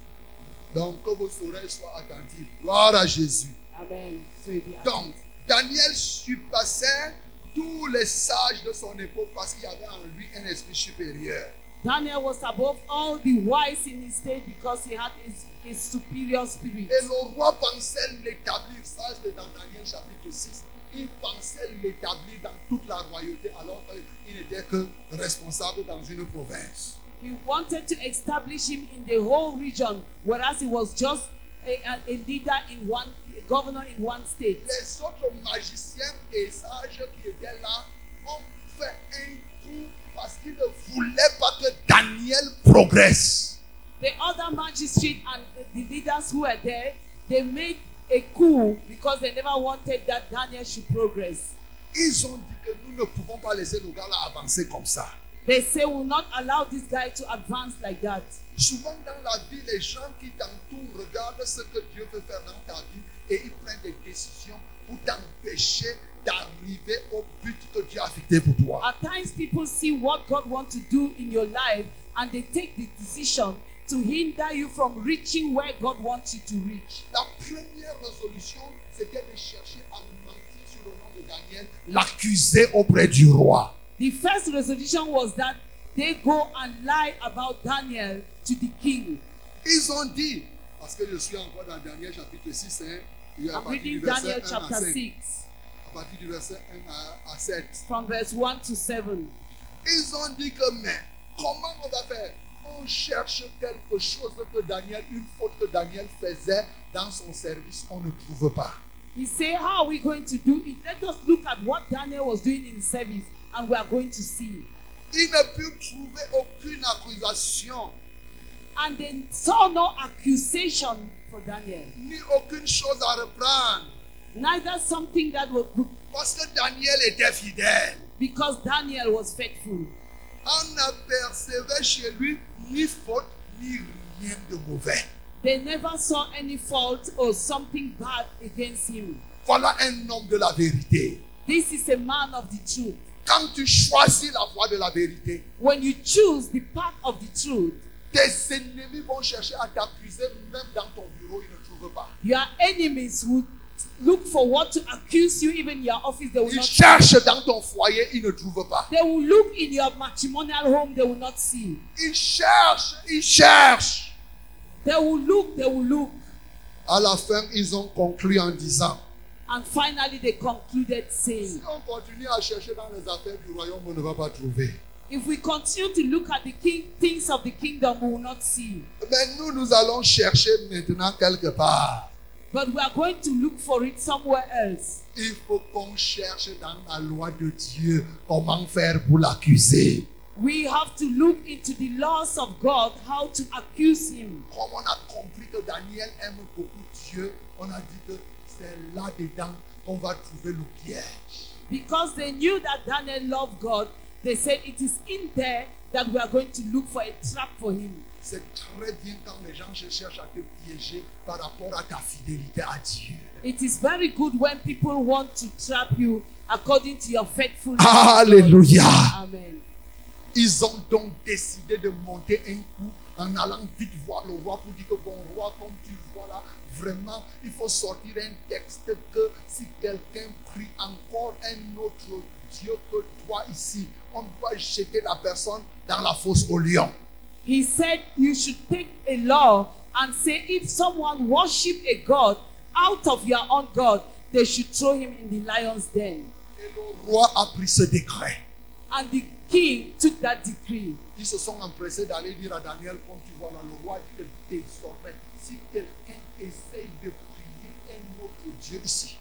S1: Donc que vos oreilles soient attentives. Gloire à Jésus.
S2: Amen. So it be
S1: Donc, Daniel surpassait tous les sages de son époque parce qu'il y avait en lui un esprit supérieur.
S2: Daniel was above all the wise in his day because he had a, a superior spirit.
S1: Et le roi pensait l'établir, ça c'est dans Daniel chapitre 6. Il pensait l'établir dans toute la royauté alors qu'il n'était que responsable dans une province.
S2: He wanted to establish him in the whole region, whereas he was just a, a, a leader in one, a governor in one state.
S1: Les autres magiciens et sages qui étaient là ont fait un coup parce qu'ils ne voulaient pas que Daniel progresse.
S2: The other magistrate and the leaders who were there, they made a coup because they never wanted that Daniel should progress.
S1: Ils ont dit que nous ne pouvons pas laisser le gars là avancer comme ça.
S2: They say we'll not allow this guy to advance like that.
S1: Souvent dans la vie, les gens qui t'entourent regardent ce que Dieu veut faire dans ta vie et ils prennent des décisions pour t'empêcher d'arriver au but que Dieu a fixé pour toi.
S2: At times, people see what God wants to do in your life and they take the decision to hinder you from reaching where God wants you to reach.
S1: La première résolution, c'était de chercher à mentir sur le nom de Daniel, l'accuser auprès du roi.
S2: The first resolution was that they go and lie about Daniel to the king.
S1: Ils ont dit, parce que je suis encore dans Daniel chapitre 6, hein, et à
S2: I'm
S1: partir du
S2: reading
S1: verset
S2: Daniel
S1: 1 à
S2: chapter
S1: 5,
S2: 6,
S1: à partir du verset 1 à- à 7.
S2: from verse 1 to 7.
S1: Ils ont dit que, mais comment on va faire On cherche quelque chose que Daniel, une faute que Daniel faisait dans son service, on ne trouve pas.
S2: He said, How are we going to do it? Let us look at what Daniel was doing in service, and we are going to see.
S1: Il ne put trouver aucune accusation,
S2: And they saw no accusation for Daniel,
S1: ni aucune chose à reprendre,
S2: neither something that was
S1: parce que Daniel était fidèle.
S2: because Daniel was faithful.
S1: On n'apercevait chez lui ni faute, ni rien de mauvais.
S2: They never saw any fault or something bad against him.
S1: Voilà un homme de la vérité.
S2: This is a man of the truth.
S1: Quand tu choisis la voie de la vérité,
S2: When you choose the path of the truth,
S1: Tes ennemis vont chercher à t'accuser, même dans ton bureau, ils ne trouvent pas.
S2: your enemies would look for what to accuse you, even in your office, they will
S1: Ils
S2: not
S1: cherchent dans ton foyer, ils ne trouvent pas.
S2: They will look in your matrimonial home, they will not see.
S1: Ils cherchent, ils cherchent.
S2: They will look, they will look.
S1: À la fin, ils ont conclu en disant
S2: And finally, they concluded saying,
S1: Si on continue à chercher dans les affaires du royaume, on ne va pas trouver.
S2: If we continue to look at the king, things of the kingdom, we will not see.
S1: Mais nous, nous allons chercher maintenant quelque part.
S2: But we are going to look for it somewhere else.
S1: Il faut qu'on cherche dans la loi de Dieu comment faire pour l'accuser.
S2: We have to look into the laws of God, how to accuse him.
S1: Comme on a compris que Daniel aime beaucoup Dieu, on a dit que c'est là-dedans qu'on va trouver le piège.
S2: Because they knew that Daniel loved God, They said it is in there that we are going to look for a trap for him.
S1: C'est très bien quand les gens se cherchent à te piéger par rapport à ta fidélité à Dieu.
S2: It is very good when people want to trap you according to your faithfulness.
S1: Alléluia.
S2: Amen.
S1: Ils ont donc décidé de monter un coup en allant vite voir le roi pour dire que bon roi, comme tu vois là, vraiment, il faut sortir un texte que si quelqu'un prie encore un autre Dieu que toi ici, on doit jeter la personne dans la fosse au lion.
S2: He said you should take a law and say if someone worship a god out of your own god, they should throw him in the lion's den.
S1: Et le roi a pris ce décret.
S2: And the king took that decree.
S1: Ils se sont empressés d'aller dire à Daniel, comme tu vois là, le roi dit que désormais, si quelqu'un essaye de prier un autre Dieu ici,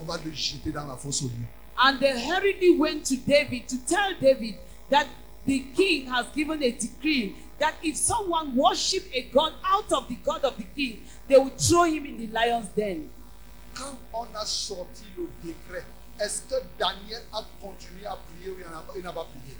S1: on va le jeter dans la fosse au lion.
S2: And they hurriedly went to David to tell David that the king has given a decree that if someone worship a god out of the god of the king, they will throw him in the lion's den.
S1: Quand on a sorti le décret, est-ce que Daniel a continué à prier ou il n'a pas- il n'a pas prié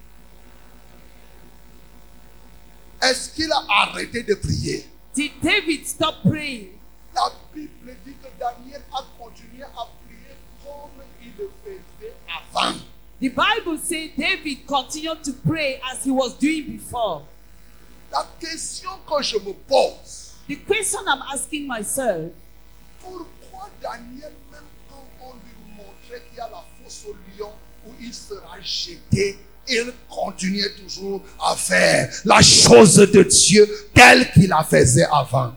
S1: Est-ce qu'il a arrêté de prier
S2: Did David stop praying?
S1: La Bible dit que Daniel a continué à prier comme il le faisait avant.
S2: The Bible says David continued to pray as he was doing before.
S1: La question que je me pose,
S2: The question I'm asking myself
S1: Pourquoi Daniel, même quand on lui montrait qu'il y a la fosse au lion où il sera jeté, il continuait toujours à faire la chose de Dieu telle qu'il la faisait avant.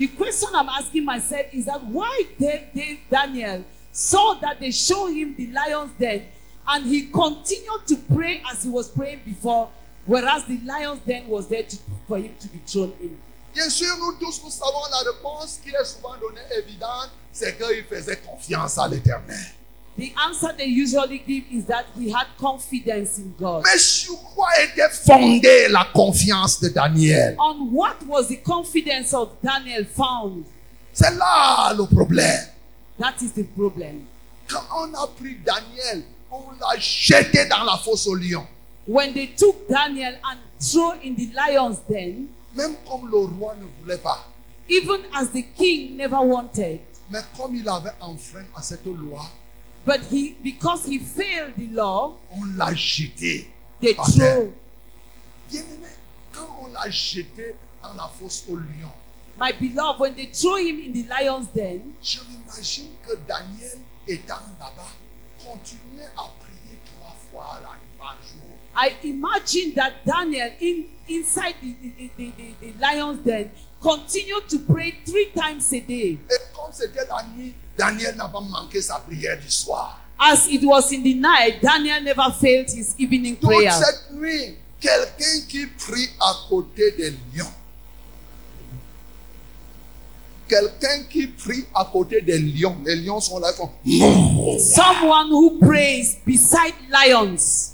S2: The question I'm asking myself is that why did they, Daniel saw that they showed him the lion's den and he continued to pray as he was praying before, whereas the lion's den was there to, for him to be thrown in.
S1: Bien sûr, nous tous, nous savons la réponse qui est souvent donnée évidente, c'est qu'il faisait confiance à l'éternel.
S2: The answer they usually give is that he had confidence in God.
S1: Mais sur quoi était fondée la confiance de Daniel
S2: On what was the confidence of Daniel found?
S1: C'est là le problème.
S2: That is the problem.
S1: Quand on a pris Daniel, on l'a jeté dans la fosse au lion.
S2: When they took Daniel and threw in the lion's den,
S1: Même comme le roi ne voulait pas,
S2: even as the king never wanted,
S1: mais comme il avait enfreint à cette loi,
S2: But he, because he failed the law,
S1: on l'a jeté.
S2: they
S1: par terre.
S2: threw.
S1: Bien-aimé, quand on l'a jeté dans la fosse au lion,
S2: My beloved, when they threw him in the lion's den,
S1: je m'imagine que Daniel, étant là-bas, continuait à prier trois fois la- par jour.
S2: I imagine that Daniel, in, inside the, the, the, the, the lion's den, continued to pray three times a day.
S1: Et comme c'était la nuit, Daniel n'a pas manqué sa prière du soir.
S2: As it was in the night, Daniel never failed his evening
S1: Toute
S2: prayer.
S1: cette nuit, quelqu'un qui prie à côté des lions. Quelqu'un qui prie à côté des lions. Les lions sont là, ils font.
S2: Someone who prays beside lions.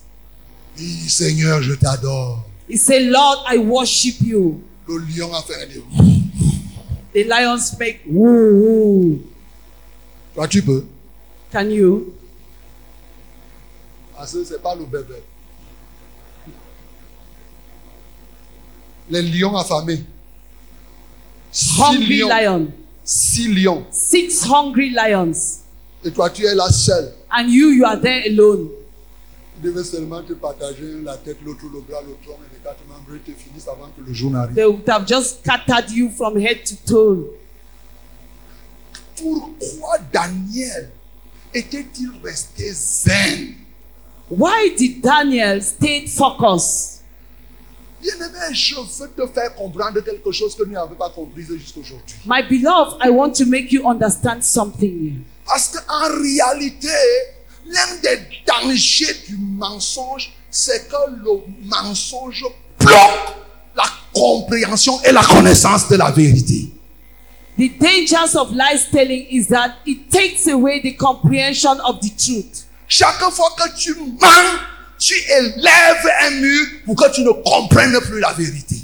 S1: Oui, Seigneur, je t'adore.
S2: He said, Lord, I worship you.
S1: Le lion a fait un lion.
S2: The lions make woo woo.
S1: Toi, tu peux.
S2: Can you?
S1: Parce que ce n'est pas le bébé. Les lions affamés. Six
S2: Hungry
S1: lions.
S2: lion.
S1: Six lions.
S2: six hungry lions
S1: Et toi, tu es la seule.
S2: and you you are there alone
S1: Tu devais seulement te partager la tête, l'autre, le bras, le tronc et les quatre membres. Ils te finissent avant que le jour n'arrive.
S2: they would have just scattered you from head to toe
S1: Pourquoi Daniel était-il resté zen
S2: why did daniel stay focused
S1: Bien-aimé, je veux te faire comprendre quelque chose que nous n'avons pas compris jusqu'à aujourd'hui.
S2: my beloved i want to make you understand something
S1: Parce qu'en réalité, l'un des dangers du mensonge, c'est que le mensonge bloque la compréhension et la connaissance de la vérité.
S2: the dangers of lies telling is that it takes away the comprehension of the truth
S1: Chaque fois que tu mens, tu élèves un mur pour que tu ne comprennes plus la vérité.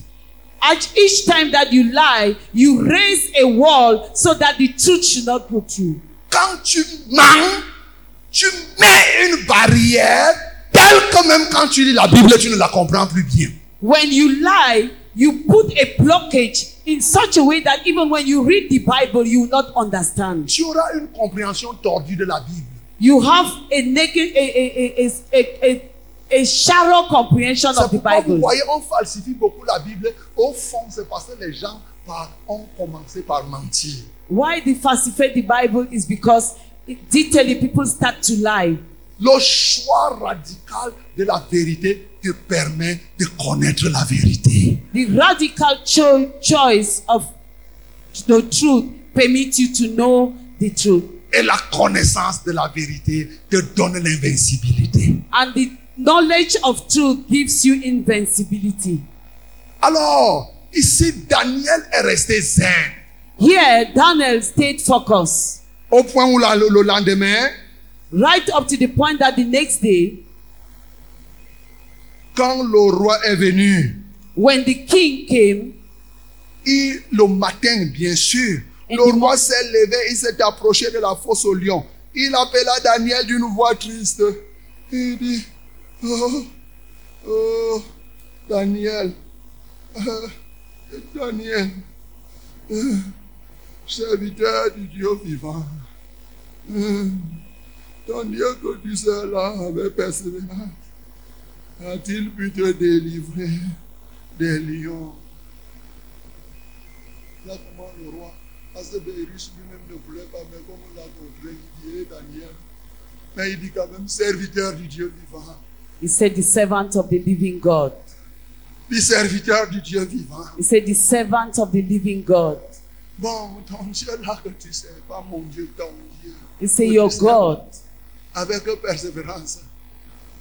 S2: at each time that you lie you raise a wall so that the truth should not go through
S1: Quand tu mens, tu mets une barrière telle telle que même quand tu lis la Bible, tu ne la comprends plus bien.
S2: When you lie, you put a blockage in such a way that even when you read the Bible, you will not understand.
S1: Tu auras une compréhension tordue de la Bible.
S2: You have a naked, a, a, a, a, a, a, a shallow comprehension
S1: C'est
S2: of the
S1: pourquoi vous
S2: Bible.
S1: voyez, on falsifie beaucoup la Bible. Au fond, c'est parce que les gens par- ont commencé par mentir.
S2: Why they falsify the Bible is because it- literally people start to lie.
S1: Le choix radical de la vérité te permet de connaître la vérité.
S2: The radical cho- choice of the truth permits you to know the truth.
S1: Et la connaissance de la vérité te donne l'invincibilité.
S2: And the knowledge of truth gives you invincibility.
S1: Alors, ici, Daniel est resté zen.
S2: Here, Daniel stayed focused
S1: Au point où la- le, le lendemain,
S2: right up to the point that the next day,
S1: quand le roi est venu,
S2: when the king came,
S1: il, le matin, bien sûr, le roi s'est levé, il s'est approché de la fosse au lion. Il appela Daniel d'une voix triste. Il dit, oh, oh, Daniel, *laughs* euh, Daniel, euh, serviteur du Dieu vivant. euh, Daniel, que tu sais là avec persévérance, a-t-il pu te délivrer des lions Là, comment le roi, parce que Beirus lui-même ne voulait pas, mais comme on l'a montré, il dit, Eh, Daniel. Mais il dit quand même, serviteur du Dieu vivant.
S2: he said, The servant of the living God.
S1: Puis serviteur du Dieu vivant.
S2: He said, The servant of the living God.
S1: Bon, ton Dieu là que tu sais pas, mon Dieu, ton Dieu.
S2: He said, Your God.
S1: Avec persévérance.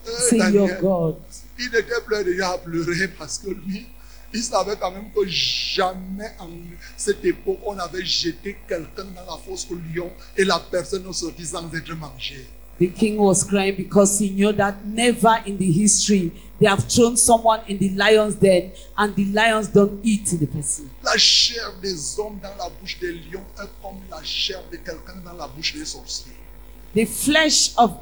S1: Eh,
S2: He said, Your
S1: Daniel,
S2: God.
S1: il était plein déjà à pleurer parce que lui, il savait quand même que jamais en cette époque, on avait jeté quelqu'un dans la fosse au lion et la personne sortit sans être mangée.
S2: The king was crying because he knew that never in the history they have thrown someone in the lion's den and the lions don't eat the person.
S1: La chair des hommes dans la bouche des lions est comme la chair de quelqu'un dans la bouche des sorciers.
S2: The flesh of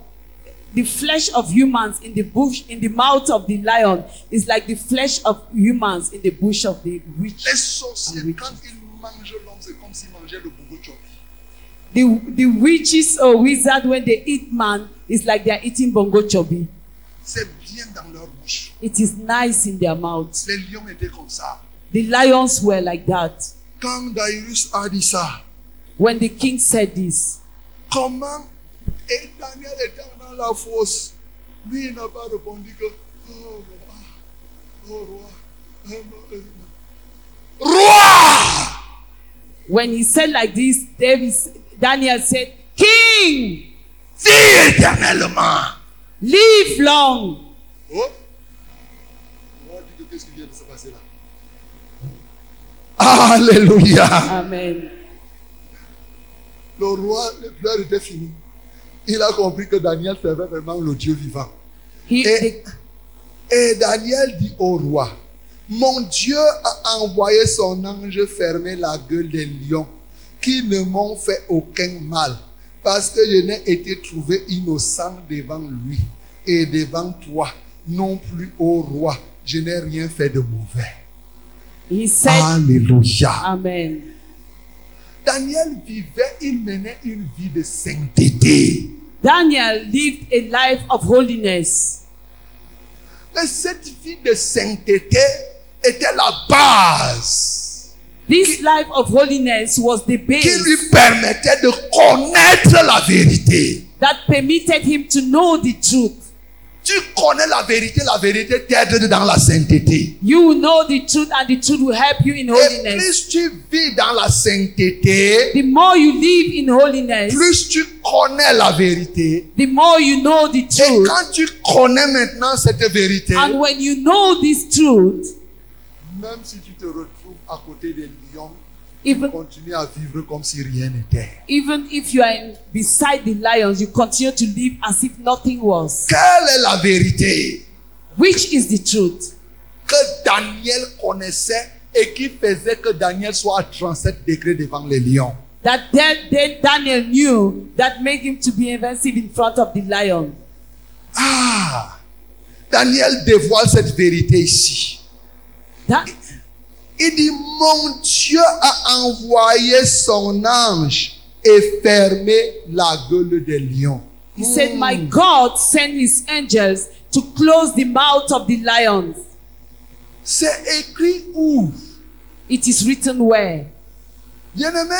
S2: the flesh of humans in the bush in the mouth of the lion is like the flesh of humans in the bush of the witch.
S1: Les sorciers,
S2: Oui.
S1: quand ils mangent l'homme, c'est comme s'ils mangeaient le bougotchopi.
S2: The, the witches or wizard when they eat man is like they are eating bongo chobi.
S1: C'est bien dans leur bouche.
S2: It is nice in their mouth.
S1: Les lions étaient comme ça.
S2: The lions were like that.
S1: Quand Darius a dit ça,
S2: When the king said this,
S1: comment et Daniel était dans la fosse, lui il n'a pas répondu que oh roi, oh roi, oh, roi. roi.
S2: When he said like this, David, Daniel said, King,
S1: Vis éternellement.
S2: live long.
S1: Oh On dit que qu'est-ce qui vient de se passer là Alléluia
S2: Amen.
S1: Le roi, le pleurs était fini. Il a compris que Daniel servait vraiment le Dieu vivant.
S2: He,
S1: Et,
S2: the-
S1: et Daniel dit au roi, mon Dieu a envoyé son ange fermer la gueule des lions qui ne m'ont fait aucun mal parce que je n'ai été trouvé innocent devant lui et devant toi non plus au roi. Je n'ai rien fait de mauvais.
S2: he said,
S1: Alléluia.
S2: Amen.
S1: Daniel vivait, il menait une vie de sainteté.
S2: Daniel lived a life of holiness.
S1: Et cette vie de sainteté était la base
S2: This life of holiness was the
S1: qui lui
S2: base
S1: permettait de connaître la vérité.
S2: that permitted him to know the truth.
S1: Tu connais la vérité, la vérité t'aide dans la sainteté.
S2: You will know the truth, and the truth will help you in
S1: Et
S2: holiness.
S1: plus tu vis dans la sainteté,
S2: The more you live in holiness,
S1: plus tu connais la vérité.
S2: the more you know the
S1: Et
S2: truth.
S1: quand tu connais maintenant cette vérité,
S2: And when you know this truth,
S1: même si tu te retrouves à côté des lions,
S2: even
S1: continue à vivre comme si rien n'était.
S2: Even if you are in, beside the lions, you continue to live as if nothing was.
S1: Quelle est la vérité
S2: Which is the truth
S1: que Daniel connaissait et qui faisait que Daniel soit à 37 degrés devant les lions
S2: that then, then Daniel knew that made him to be invincible in front of the lion.
S1: Ah Daniel dévoile cette vérité ici.
S2: That
S1: Il dit, mon Dieu a envoyé son ange et fermé la gueule des lions.
S2: he said, My God sent his angels to close the mouth of the lions.
S1: C'est écrit où
S2: It is written where?
S1: Bien-aimé,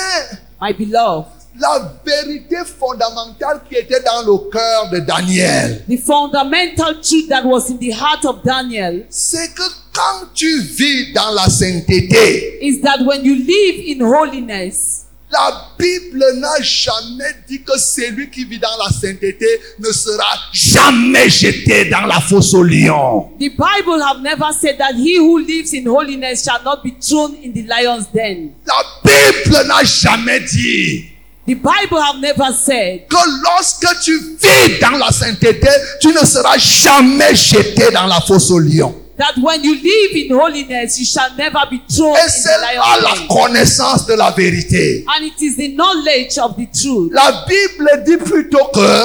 S2: My beloved.
S1: la vérité fondamentale qui était dans le cœur de Daniel,
S2: The fundamental truth that was in the heart of Daniel
S1: c'est que quand tu vis dans la sainteté,
S2: is that when you live in holiness,
S1: la Bible n'a jamais dit que celui qui vit dans la sainteté ne sera jamais jeté dans la fosse aux lions.
S2: the Bible have never said that he who lives in holiness shall not be thrown in the lion's den.
S1: La Bible n'a jamais dit
S2: The Bible have never said
S1: que lorsque tu vis dans la sainteté, tu ne seras jamais jeté dans la fosse aux lions.
S2: that when you live in holiness, you shall never be thrown
S1: Et
S2: in
S1: c'est
S2: the
S1: là
S2: lion's
S1: la
S2: den.
S1: connaissance de la vérité.
S2: And it is the knowledge of the truth.
S1: La Bible dit plutôt que.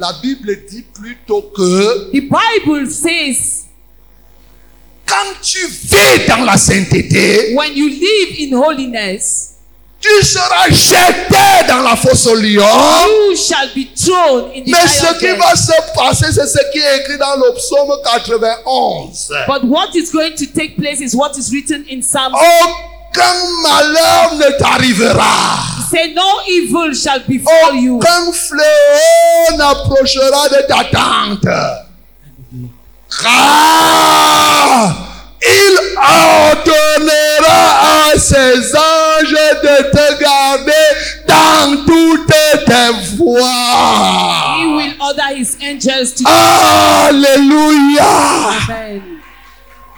S1: La Bible dit plutôt que.
S2: The Bible says
S1: Quand tu vis dans la sainteté,
S2: when you live in holiness,
S1: tu seras jeté dans la fosse au lion.
S2: you shall be thrown in the
S1: Mais ce
S2: lion's
S1: qui
S2: den.
S1: va se passer, c'est ce qui est écrit dans le psaume 91.
S2: But what is going to take place is what is written in Psalm.
S1: Oh. Aucun malheur ne t'arrivera.
S2: Say no evil shall
S1: Oh,
S2: befall you.
S1: Aucun fléau n'approchera de ta tente. Car Ah! il ordonnera à ses anges de te garder dans toutes tes
S2: He
S1: voies.
S2: will order his angels
S1: Ah.
S2: to
S1: Alléluia.
S2: Amen.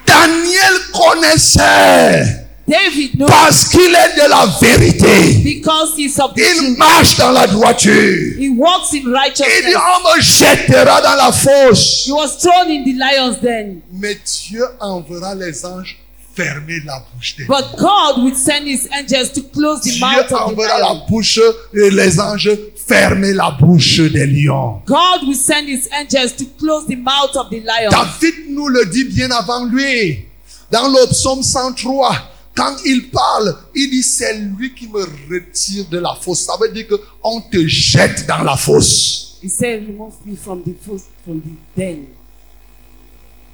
S1: Daniel connaissait
S2: David knows
S1: parce qu'il est de la vérité.
S2: because he's of the
S1: Il
S2: truth.
S1: marche dans la droiture.
S2: He walks in
S1: Il dit,
S2: righteousness.
S1: on me jettera dans la fosse.
S2: He was thrown in the lion's den.
S1: Mais Dieu enverra les anges fermer la bouche des
S2: But God will send his angels to close the
S1: Dieu
S2: mouth of the
S1: enverra la
S2: lion.
S1: bouche et les anges fermer la bouche des lions.
S2: God will send his angels to close the mouth of the lion.
S1: David nous le dit bien avant lui. Dans le psaume 103, quand il parle, il dit c'est lui qui me retire de la fosse. Ça veut dire qu'on te jette dans la fosse.
S2: He said, Remove me from the foot, from the den.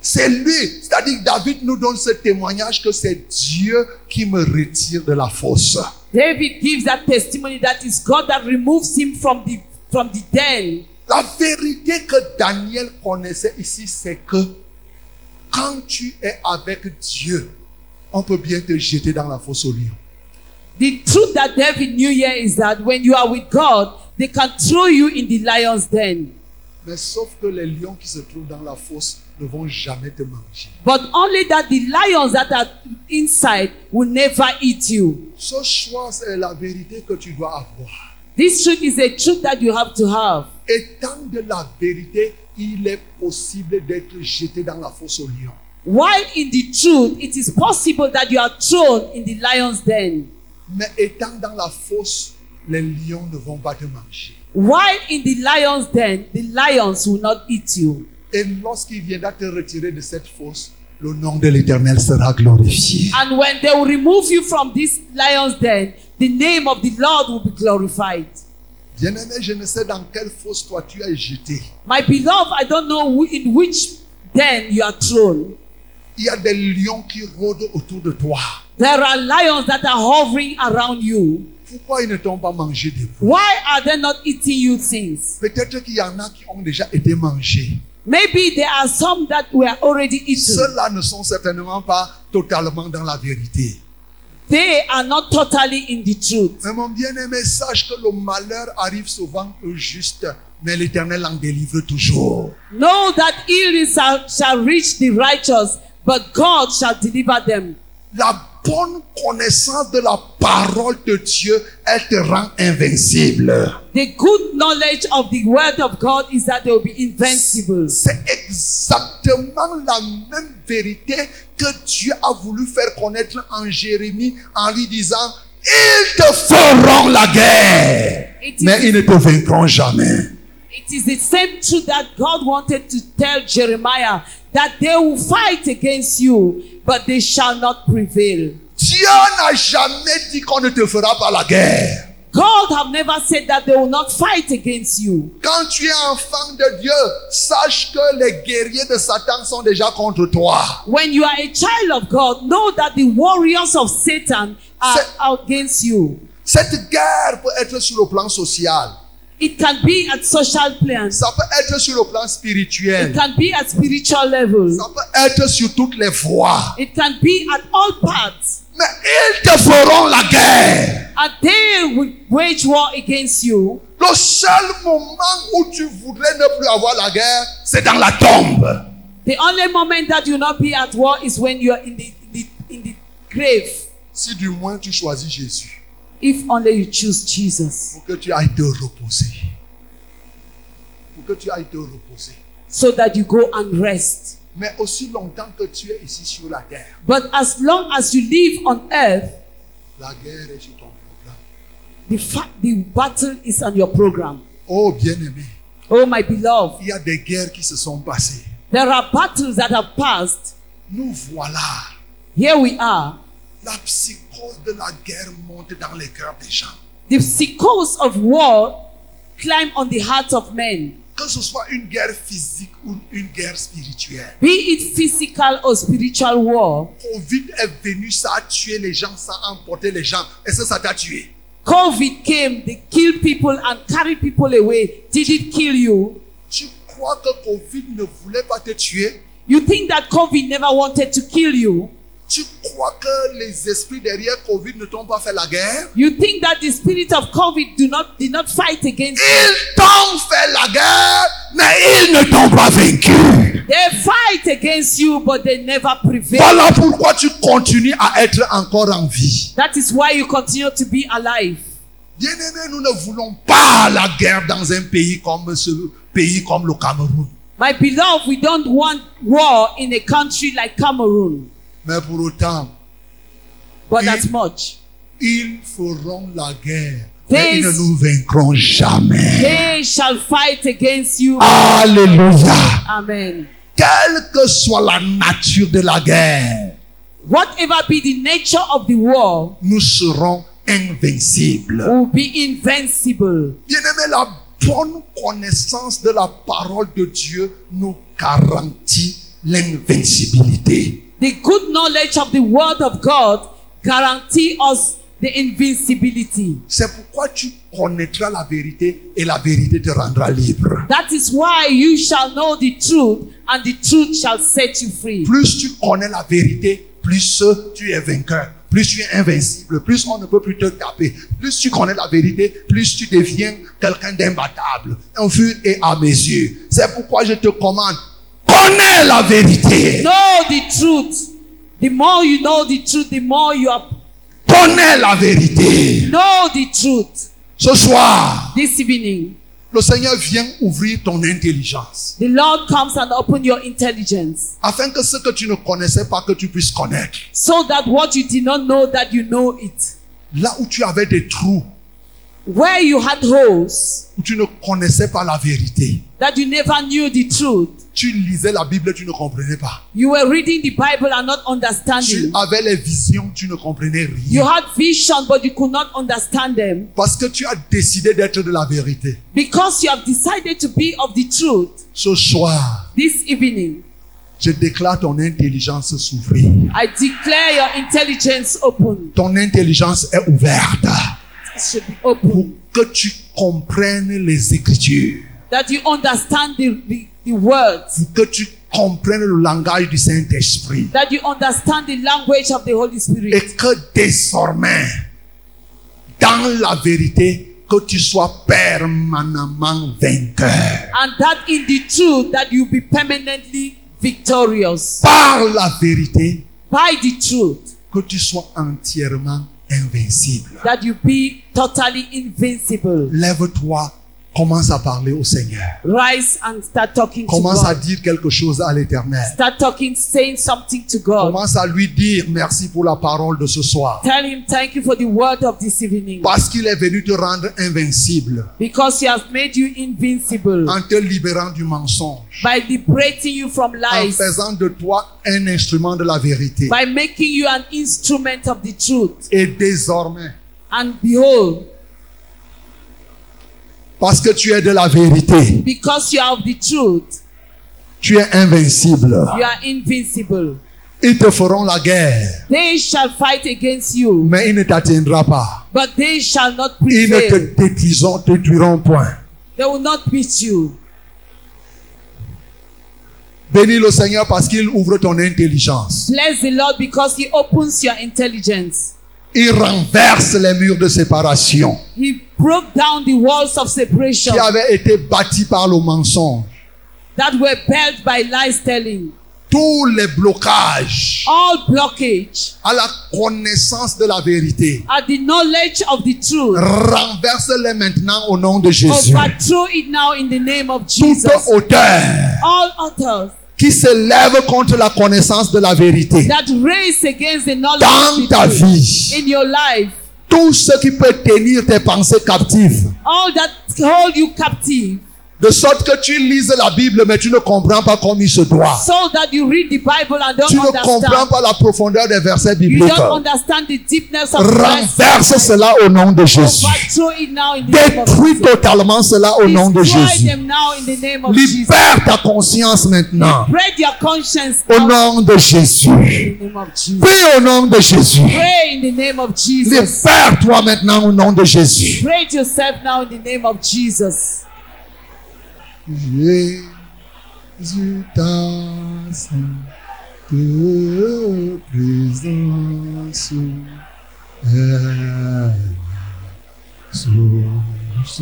S1: C'est lui. C'est-à-dire que David nous donne ce témoignage que c'est Dieu qui me retire de la fosse.
S2: David gives that testimony that is God that removes him from the from the den.
S1: La vérité que Daniel connaissait ici, c'est que quand tu es avec Dieu, on peut bien te jeter dans la fosse au lion.
S2: The truth that David knew here is that when you are with God, they can throw you in the lion's den.
S1: Mais sauf que les lions qui se trouvent dans la fosse ne vont jamais te manger.
S2: But only that the lions that are inside will never eat you.
S1: Ce choix, c'est la vérité que tu dois avoir.
S2: This truth is a truth that you have to have.
S1: Étant de la vérité, il est possible d'être jeté dans la fosse au lion.
S2: While in the truth, it is possible that you are thrown in the lion's den.
S1: Mais étant dans la fosse, les lions ne vont pas te manger.
S2: While in the lion's den, the lions will not eat you.
S1: Et lorsqu'il viendra te retirer de cette fosse, le nom de l'Éternel sera glorifié.
S2: And when they will remove you from this lion's den, the name of the Lord will be glorified.
S1: Bien-aimé, je ne sais dans quelle fosse toi tu es jeté.
S2: My beloved, I don't know who- in which den you are thrown.
S1: Il y a des lions qui rôdent autour de toi.
S2: There are lions that are hovering around you.
S1: Pourquoi ils ne t'ont pas mangé debout
S2: Why are they not eating you since?
S1: Peut-être qu'il y en a qui ont déjà été mangés.
S2: Maybe there are some that were already eaten.
S1: Ceux-là ne sont certainement pas totalement dans la vérité.
S2: They are not totally in the truth.
S1: Mais mon bien-aimé, sache que le malheur arrive souvent au juste, mais l'Éternel en délivre toujours.
S2: Know that illness shall, shall reach the righteous, but God shall deliver them.
S1: La bonne connaissance de la parole de Dieu, elle te rend invincible.
S2: The good knowledge of the word of God is that they will be invincible.
S1: C'est exactement la même vérité que Dieu a voulu faire connaître en Jérémie en lui disant Ils te feront la guerre,
S2: It is,
S1: mais ils ne te vaincront jamais.
S2: It is the same truth that God wanted to tell Jeremiah that they will fight against you, but they shall not prevail.
S1: Dieu n'a jamais dit qu'on ne te fera pas la guerre.
S2: God have never said that they will not fight against you.
S1: Quand tu es enfant de Dieu, sache que les guerriers de Satan sont déjà contre toi.
S2: When you are a child of God, know that the warriors of Satan are against you.
S1: Cette guerre peut être sur le plan social,
S2: It can be at social plans,
S1: ça peut être sur le plan
S2: it
S1: spirituel,
S2: can be at spiritual level,
S1: ça peut être sur toutes les voies.
S2: it can be at all parts,
S1: Mais ils te feront la guerre.
S2: and they will wage war against you.
S1: Le seul moment où tu voudrais ne plus avoir la guerre, c'est dans la tombe.
S2: The only moment that you'll not be at war is when you're in the, in the, in the grave,
S1: Si du moins tu choisis Jésus
S2: if only you choose Jesus,
S1: pour que tu ailles te reposer. Pour que tu ailles te reposer.
S2: so that you go and rest.
S1: Mais aussi longtemps que tu es ici sur la terre,
S2: But as long as you live on earth,
S1: la guerre est sur ton programme.
S2: the, fa- the battle is on your program.
S1: Oh bien-aimé,
S2: Oh, my beloved,
S1: il y a des guerres qui se sont passées.
S2: there are battles that have passed.
S1: Nous voilà.
S2: Here we are.
S1: La psychose de la guerre monte dans les cœurs des gens.
S2: The sickles of war climb on the hearts of men,
S1: Que ce soit une guerre physique ou une guerre spirituelle.
S2: be it physical or spiritual war.
S1: Covid est venu, ça a tué les gens, ça a emporté les gens. Est-ce que ça t'a tué
S2: COVID came, they killed people and carried people away. Did it kill you?
S1: Tu crois que Covid ne voulait pas te tuer
S2: You think that COVID never wanted to kill you?
S1: Tu crois que les esprits derrière Covid ne t'ont pas fait la guerre
S2: You think that the spirit of COVID do not did not fight against you?
S1: Ils t'ont fait la guerre, mais ils ne t'ont pas vaincu.
S2: They fight against you, but they never prevail.
S1: Voilà pourquoi tu continues à être encore en vie.
S2: That is why you continue to be alive.
S1: Bien-aimés, nous ne voulons pas la guerre dans un pays comme ce pays comme le Cameroun.
S2: My beloved, we don't want war in a country like Cameroon,
S1: Mais pour autant,
S2: but
S1: Yeah.
S2: that's much.
S1: ils feront la guerre.
S2: This-
S1: Mais ils ne nous vaincront jamais.
S2: They shall fight against you.
S1: Alléluia.
S2: Amen.
S1: Quelle que soit la nature de la guerre,
S2: Whatever be the nature of the war,
S1: nous serons invincibles.
S2: will be invincible.
S1: Bien-aimé, la bonne connaissance de la parole de Dieu nous garantit l'invincibilité.
S2: The good knowledge of the word of God guarantee us the invincibility.
S1: C'est pourquoi tu connaîtras la vérité et la vérité te rendra libre.
S2: That is why you shall know the truth, and the truth shall set you free.
S1: Plus tu connais la vérité, plus tu es vainqueur, plus tu es invincible, plus on ne peut plus te taper. Plus tu connais la vérité, plus tu deviens quelqu'un d'imbattable, en fur et à mesure. C'est pourquoi je te commande, connais la vérité.
S2: Know the truth. The more you know the truth, the more you are.
S1: Connais la vérité.
S2: Know the truth.
S1: Ce soir,
S2: This evening,
S1: Le Seigneur vient ouvrir ton intelligence
S2: the Lord comes and open your intelligence,
S1: afin que ce que tu ne connaissais pas, que tu puisses connaître.
S2: so that what you did not know, that you know it.
S1: Là où tu avais des trous,
S2: Where you had holes,
S1: où tu ne connaissais pas la vérité,
S2: that you never knew the truth.
S1: tu lisais la Bible, tu ne comprenais pas.
S2: You were reading the Bible and not
S1: Tu
S2: understanding.
S1: avais les visions, tu ne comprenais rien.
S2: You had vision, but you could not understand them
S1: Parce que tu as décidé d'être de la vérité.
S2: because you have decided to be of the truth.
S1: Ce soir,
S2: This evening,
S1: je déclare ton intelligence s'ouvrir.
S2: I declare your intelligence open.
S1: Ton intelligence est ouverte
S2: It should be
S1: pour
S2: open.
S1: que tu comprennes les Écritures,
S2: That you understand the, the, the words.
S1: pour que tu comprennes le langage du Saint-Esprit.
S2: That you understand the language of the Holy
S1: et
S2: Spirit.
S1: que désormais, dans la vérité, que tu sois permanemment vainqueur.
S2: And that in the truth, that you be permanently victorious.
S1: Par la vérité,
S2: By the truth.
S1: que tu sois entièrement invincible.
S2: that you be totally invincible.
S1: Lève-toi Commence à parler au Seigneur.
S2: Rise and start talking to
S1: Commence à
S2: God.
S1: dire quelque chose à l'éternel.
S2: Start talking, saying something to God.
S1: Commence à lui dire merci pour la parole de ce soir.
S2: Tell Him thank you for the word of this evening.
S1: Parce qu'il est venu te rendre invincible
S2: Because He has made you invincible
S1: en te libérant du mensonge,
S2: by liberating you from
S1: en
S2: lies,
S1: faisant de toi un instrument de la vérité.
S2: by making you an instrument of the truth.
S1: Et désormais,
S2: And behold,
S1: parce que tu es de la vérité,
S2: because you are of the truth,
S1: tu es invincible.
S2: you are invincible.
S1: Ils te feront la guerre,
S2: They shall fight against you,
S1: mais ils ne t'atteindra pas.
S2: but they shall not
S1: Ils ne
S2: prevail.
S1: te détruiront, détruiront point.
S2: They will not beat you.
S1: Bénis le Seigneur parce qu'il ouvre ton intelligence.
S2: Bless the Lord because He opens your intelligence.
S1: Il renverse les murs de séparation
S2: He broke down the walls of separation
S1: qui avaient été bâtis par le mensonge.
S2: that were built by lies telling.
S1: Tous les blocages
S2: All blockage
S1: à la connaissance de la vérité.
S2: at the knowledge of the truth.
S1: Renverse-les maintenant au nom de Jésus.
S2: Overthrow it now in the name of
S1: Toute
S2: Jesus.
S1: hauteur
S2: All authors
S1: qui s'élève contre la connaissance de la vérité
S2: that race against the knowledge
S1: dans
S2: of
S1: ta
S2: the truth
S1: vie,
S2: in your life,
S1: tout ce qui peut tenir tes pensées captives,
S2: all that hold you captive,
S1: de sorte que tu lises la Bible mais tu ne comprends pas comme il se doit.
S2: so that you read the Bible and don't
S1: Tu ne comprends
S2: understand.
S1: pas la profondeur des versets
S2: You
S1: bibliques.
S2: don't understand the deepness of Christ.
S1: Renverse cela au nom de Jésus.
S2: Overthrow it now in the name of
S1: Détruis
S2: Jesus.
S1: totalement cela au nom de
S2: Destroy
S1: Jésus.
S2: them now in the name of Jesus.
S1: Libère ta conscience maintenant
S2: Spread your conscience
S1: au
S2: now
S1: nom de Jésus.
S2: in the name of Jesus.
S1: Prie au nom de Jésus.
S2: Pray in the name of Jesus.
S1: Libère-toi maintenant au nom de Jésus.
S2: Pray yourself now in the name of Jesus.
S1: Jésus ta sainte présence est source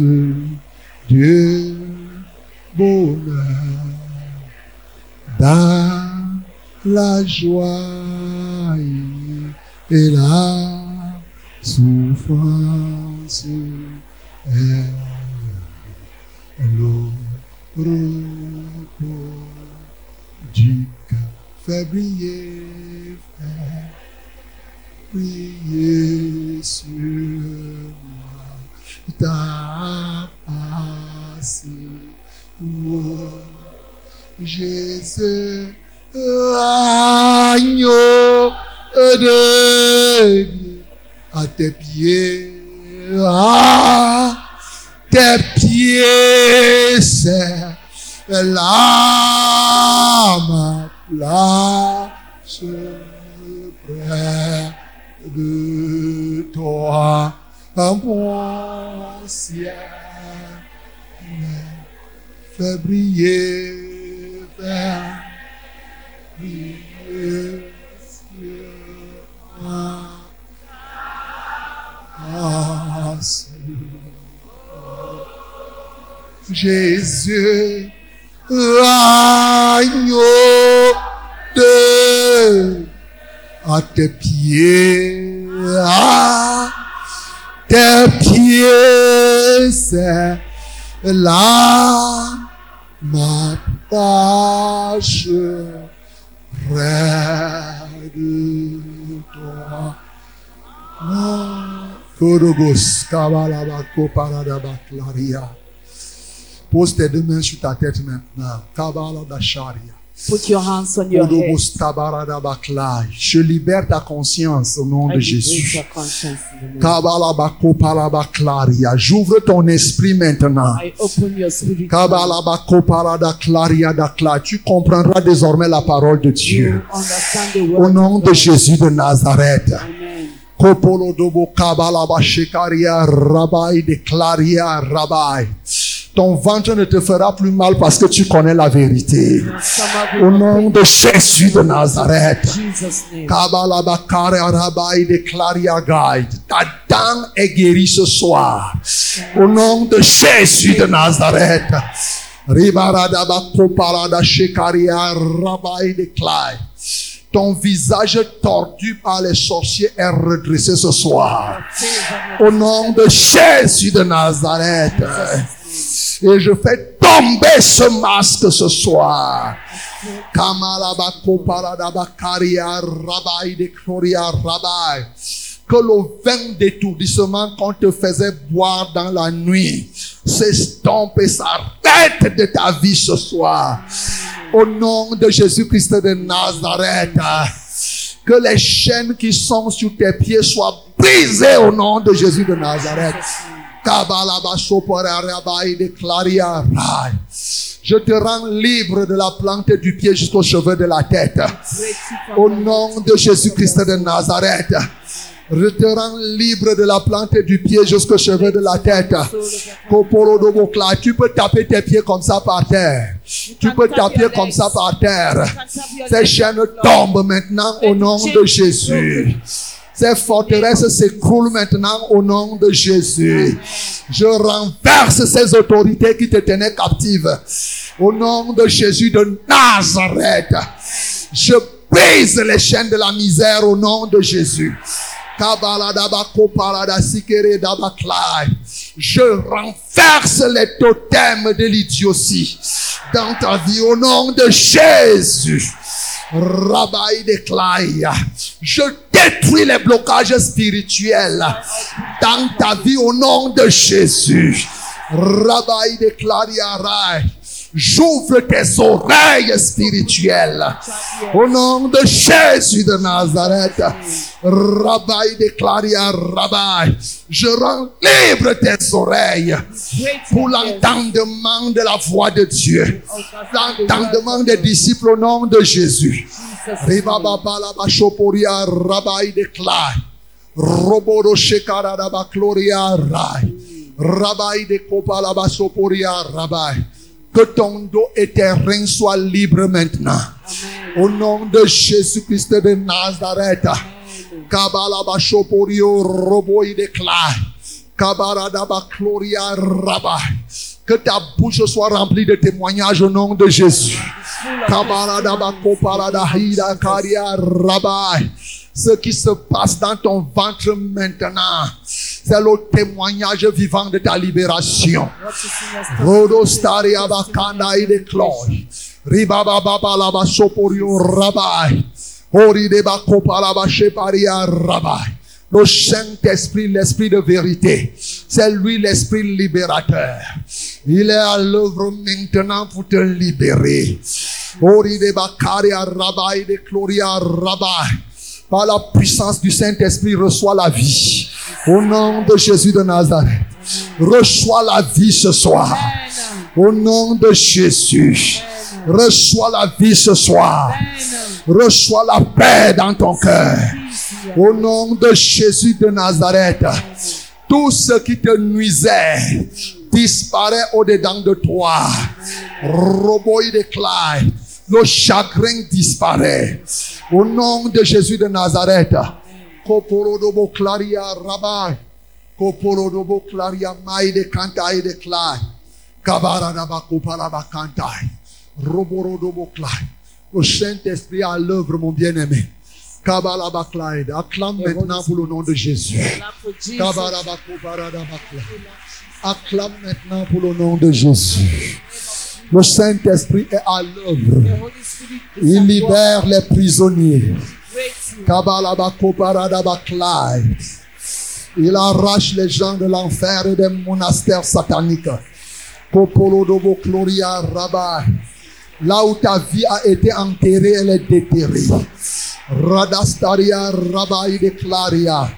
S1: de bonheur dans la joie et la souffrance est le repos du cœur. Fais briller, fais briller sur moi ta patience. Jésus, agneau de Dieu, à tes pieds, à tes pieds, c'est l'âme, place près de toi, mon ciel. Fais briller, fais briller sur moi Ah, ta souffrance. Jésus, agneau de à tes pieds, à tes pieds, c'est là ma tâche près de toi. Ah, Korogos, Kabalabako, Paradabaklaria. Pose tes deux mains sur ta tête maintenant. Kabalabasharia.
S2: Put your hands on your head.
S1: Korogos, Tabaradabakla. Je libère ta conscience au nom
S2: I
S1: de
S2: liberate
S1: Jésus.
S2: your conscience in the name of Jesus.
S1: Kabalabako, Parabaklaria. J'ouvre ton esprit maintenant.
S2: I open your spirit.
S1: Kabalabako, Paradaklaria, Dakla. Tu comprendras désormais la parole de Dieu.
S2: You understand the word.
S1: Au nom
S2: of
S1: de
S2: God.
S1: Jésus de Nazareth.
S2: Amen.
S1: Kopolo dobo kabalaba shekaria rabai declaria rabai. Ton ventre ne te fera plus mal parce que tu connais la vérité.
S2: Stomach
S1: Au
S2: will
S1: nom
S2: open
S1: de Jésus de
S2: in
S1: Nazareth.
S2: Jesus' name.
S1: Kabalaba karia rabai declaria guide. Ta dame est guérie ce soir. Au nom de Jésus de Nazareth. Ribaradaba kopalada shekaria rabai declaria. Ton visage tordu par les sorciers est redressé ce soir.
S2: Favor
S1: Au nom de Jésus de Nazareth. Et je fais tomber ce masque ce soir. Kamalabakopalabakaria rabai de Gloria rabai. Que le vin d'étourdissement qu'on te faisait boire dans la nuit s'estompe et s'arrête de ta vie ce soir. Au nom de Jésus-Christ de Nazareth, que les chaînes qui sont sur tes pieds soient brisées au nom de Jésus de Nazareth. Kabalabashoporarabai de Claria Rai. Je te rends libre de la plante du pied jusqu'aux cheveux de la tête. Au nom de Jésus-Christ de Nazareth. Je te rends libre de la plante du pied jusqu'aux cheveux de la tête. Koporodobokla, tu peux taper tes pieds comme ça par terre. Tu peux taper comme ça par terre. Ces chaînes tombent maintenant au nom de Jésus. Ces forteresses s'écroulent maintenant au nom de Jésus. Je renverse ces autorités qui te tenaient captive. Au nom de Jésus de Nazareth. Je brise les chaînes de la misère au nom de Jésus. Kabaladabakopaladasikeredabaklai. Je renverse les totems de l'idiotie dans ta vie au nom de Jésus. Rabai de Claïa. Je détruis les blocages spirituels dans ta vie au nom de Jésus. Rabai de Claria Rai. J'ouvre tes oreilles spirituelles. Au nom de Jésus de Nazareth. Rabai de Claria Rabai. Je rends libre tes oreilles pour l'entendement de la voix de Dieu. L'entendement des disciples au nom de Jésus. Ribababalabashoporia Rabai de Clai. Roboro Shekarabakloria Rai. Rabai de Kopalabasoporia Rabai. Que ton dos et tes reins soient libres maintenant. Au nom de Jésus-Christ de Nazareth. Kabalabashoporio Roboi de Clai. Kabaradabakloria Rabai. Que ta bouche soit remplie de témoignages au nom de Jésus. Kabaradabakoparadahida Karia Rabai. Ce qui se passe dans ton ventre maintenant, c'est le témoignage vivant de ta libération. Rodostari abakanda ide kloi. Ribababa laba soporio rabai. Ori deba kopalaba sheparia rabai. Le Saint-Esprit, l'Esprit de vérité, c'est lui l'Esprit libérateur. Il est à l'œuvre maintenant pour te libérer. Ori de Bakaria Rabai, de Gloria Rabai. Par la puissance du Saint-Esprit, reçois la vie. Au nom de Jésus de Nazareth. Reçois la vie ce soir. Au nom de Jésus. Reçois la vie ce soir. Reçois la paix dans ton cœur. Au nom de Jésus de Nazareth. Tout ce qui te nuisait disparaît au-dedans de toi. Roboï déclare. Le chagrin disparaît. Au nom de Jésus de Nazareth. Koporodobo claria rabai. Koporodobo claria maide kantai de clai. Kabaradabakupalaba kantai. Roborodobo clai. Le Saint-Esprit à l'œuvre, mon bien-aimé. Kabalabaklaide. Acclame maintenant pour le nom de Jésus. Kabalabakobaradabakla. Acclame maintenant pour le nom de Jésus. Le Saint-Esprit est à l'œuvre. Il libère les prisonniers. Kabalabakobaradabakla. Il arrache les gens de l'enfer et des monastères sataniques. Kopolodobo Gloria Rabbi. Là où ta vie a été enterrée, elle est déterrée. Radastaria Rabai de Claria.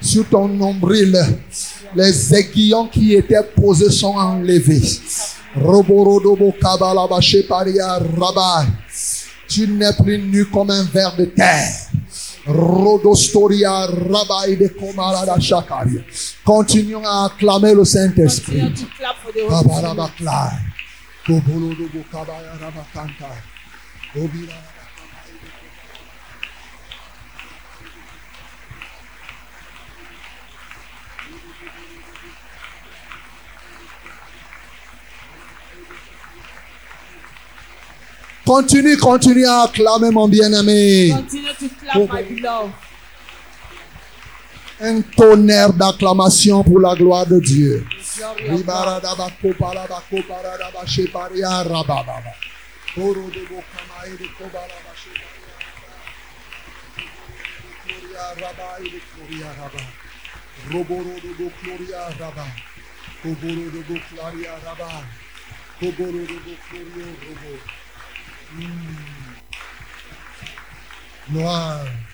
S1: Sur ton nombril, les aiguillons qui étaient posés sont enlevés. Roborodobo Kabalabache Paria Rabai. Tu n'es plus nu comme un ver de terre. Rodostoria Rabai de Komalada Shakaria. Continuons à acclamer le Saint-Esprit. Kabalabaklai. Kobolodobo Kabaya Rabakantai. Obira- Continue, continue à acclamer mon bien-aimé.
S2: Continue to clap, my beloved.
S1: Un tonnerre d'acclamation pour la gloire de Dieu. Ribaradabakobarabakobarabashebariarabababa. Borodobokamaedekobarabashebariaraba. Gloriarabaedekloriaraba. Roborodobokloriaraba. Koborodoboklariaraba. Koborodobokloriorobo. Mm. Gloire.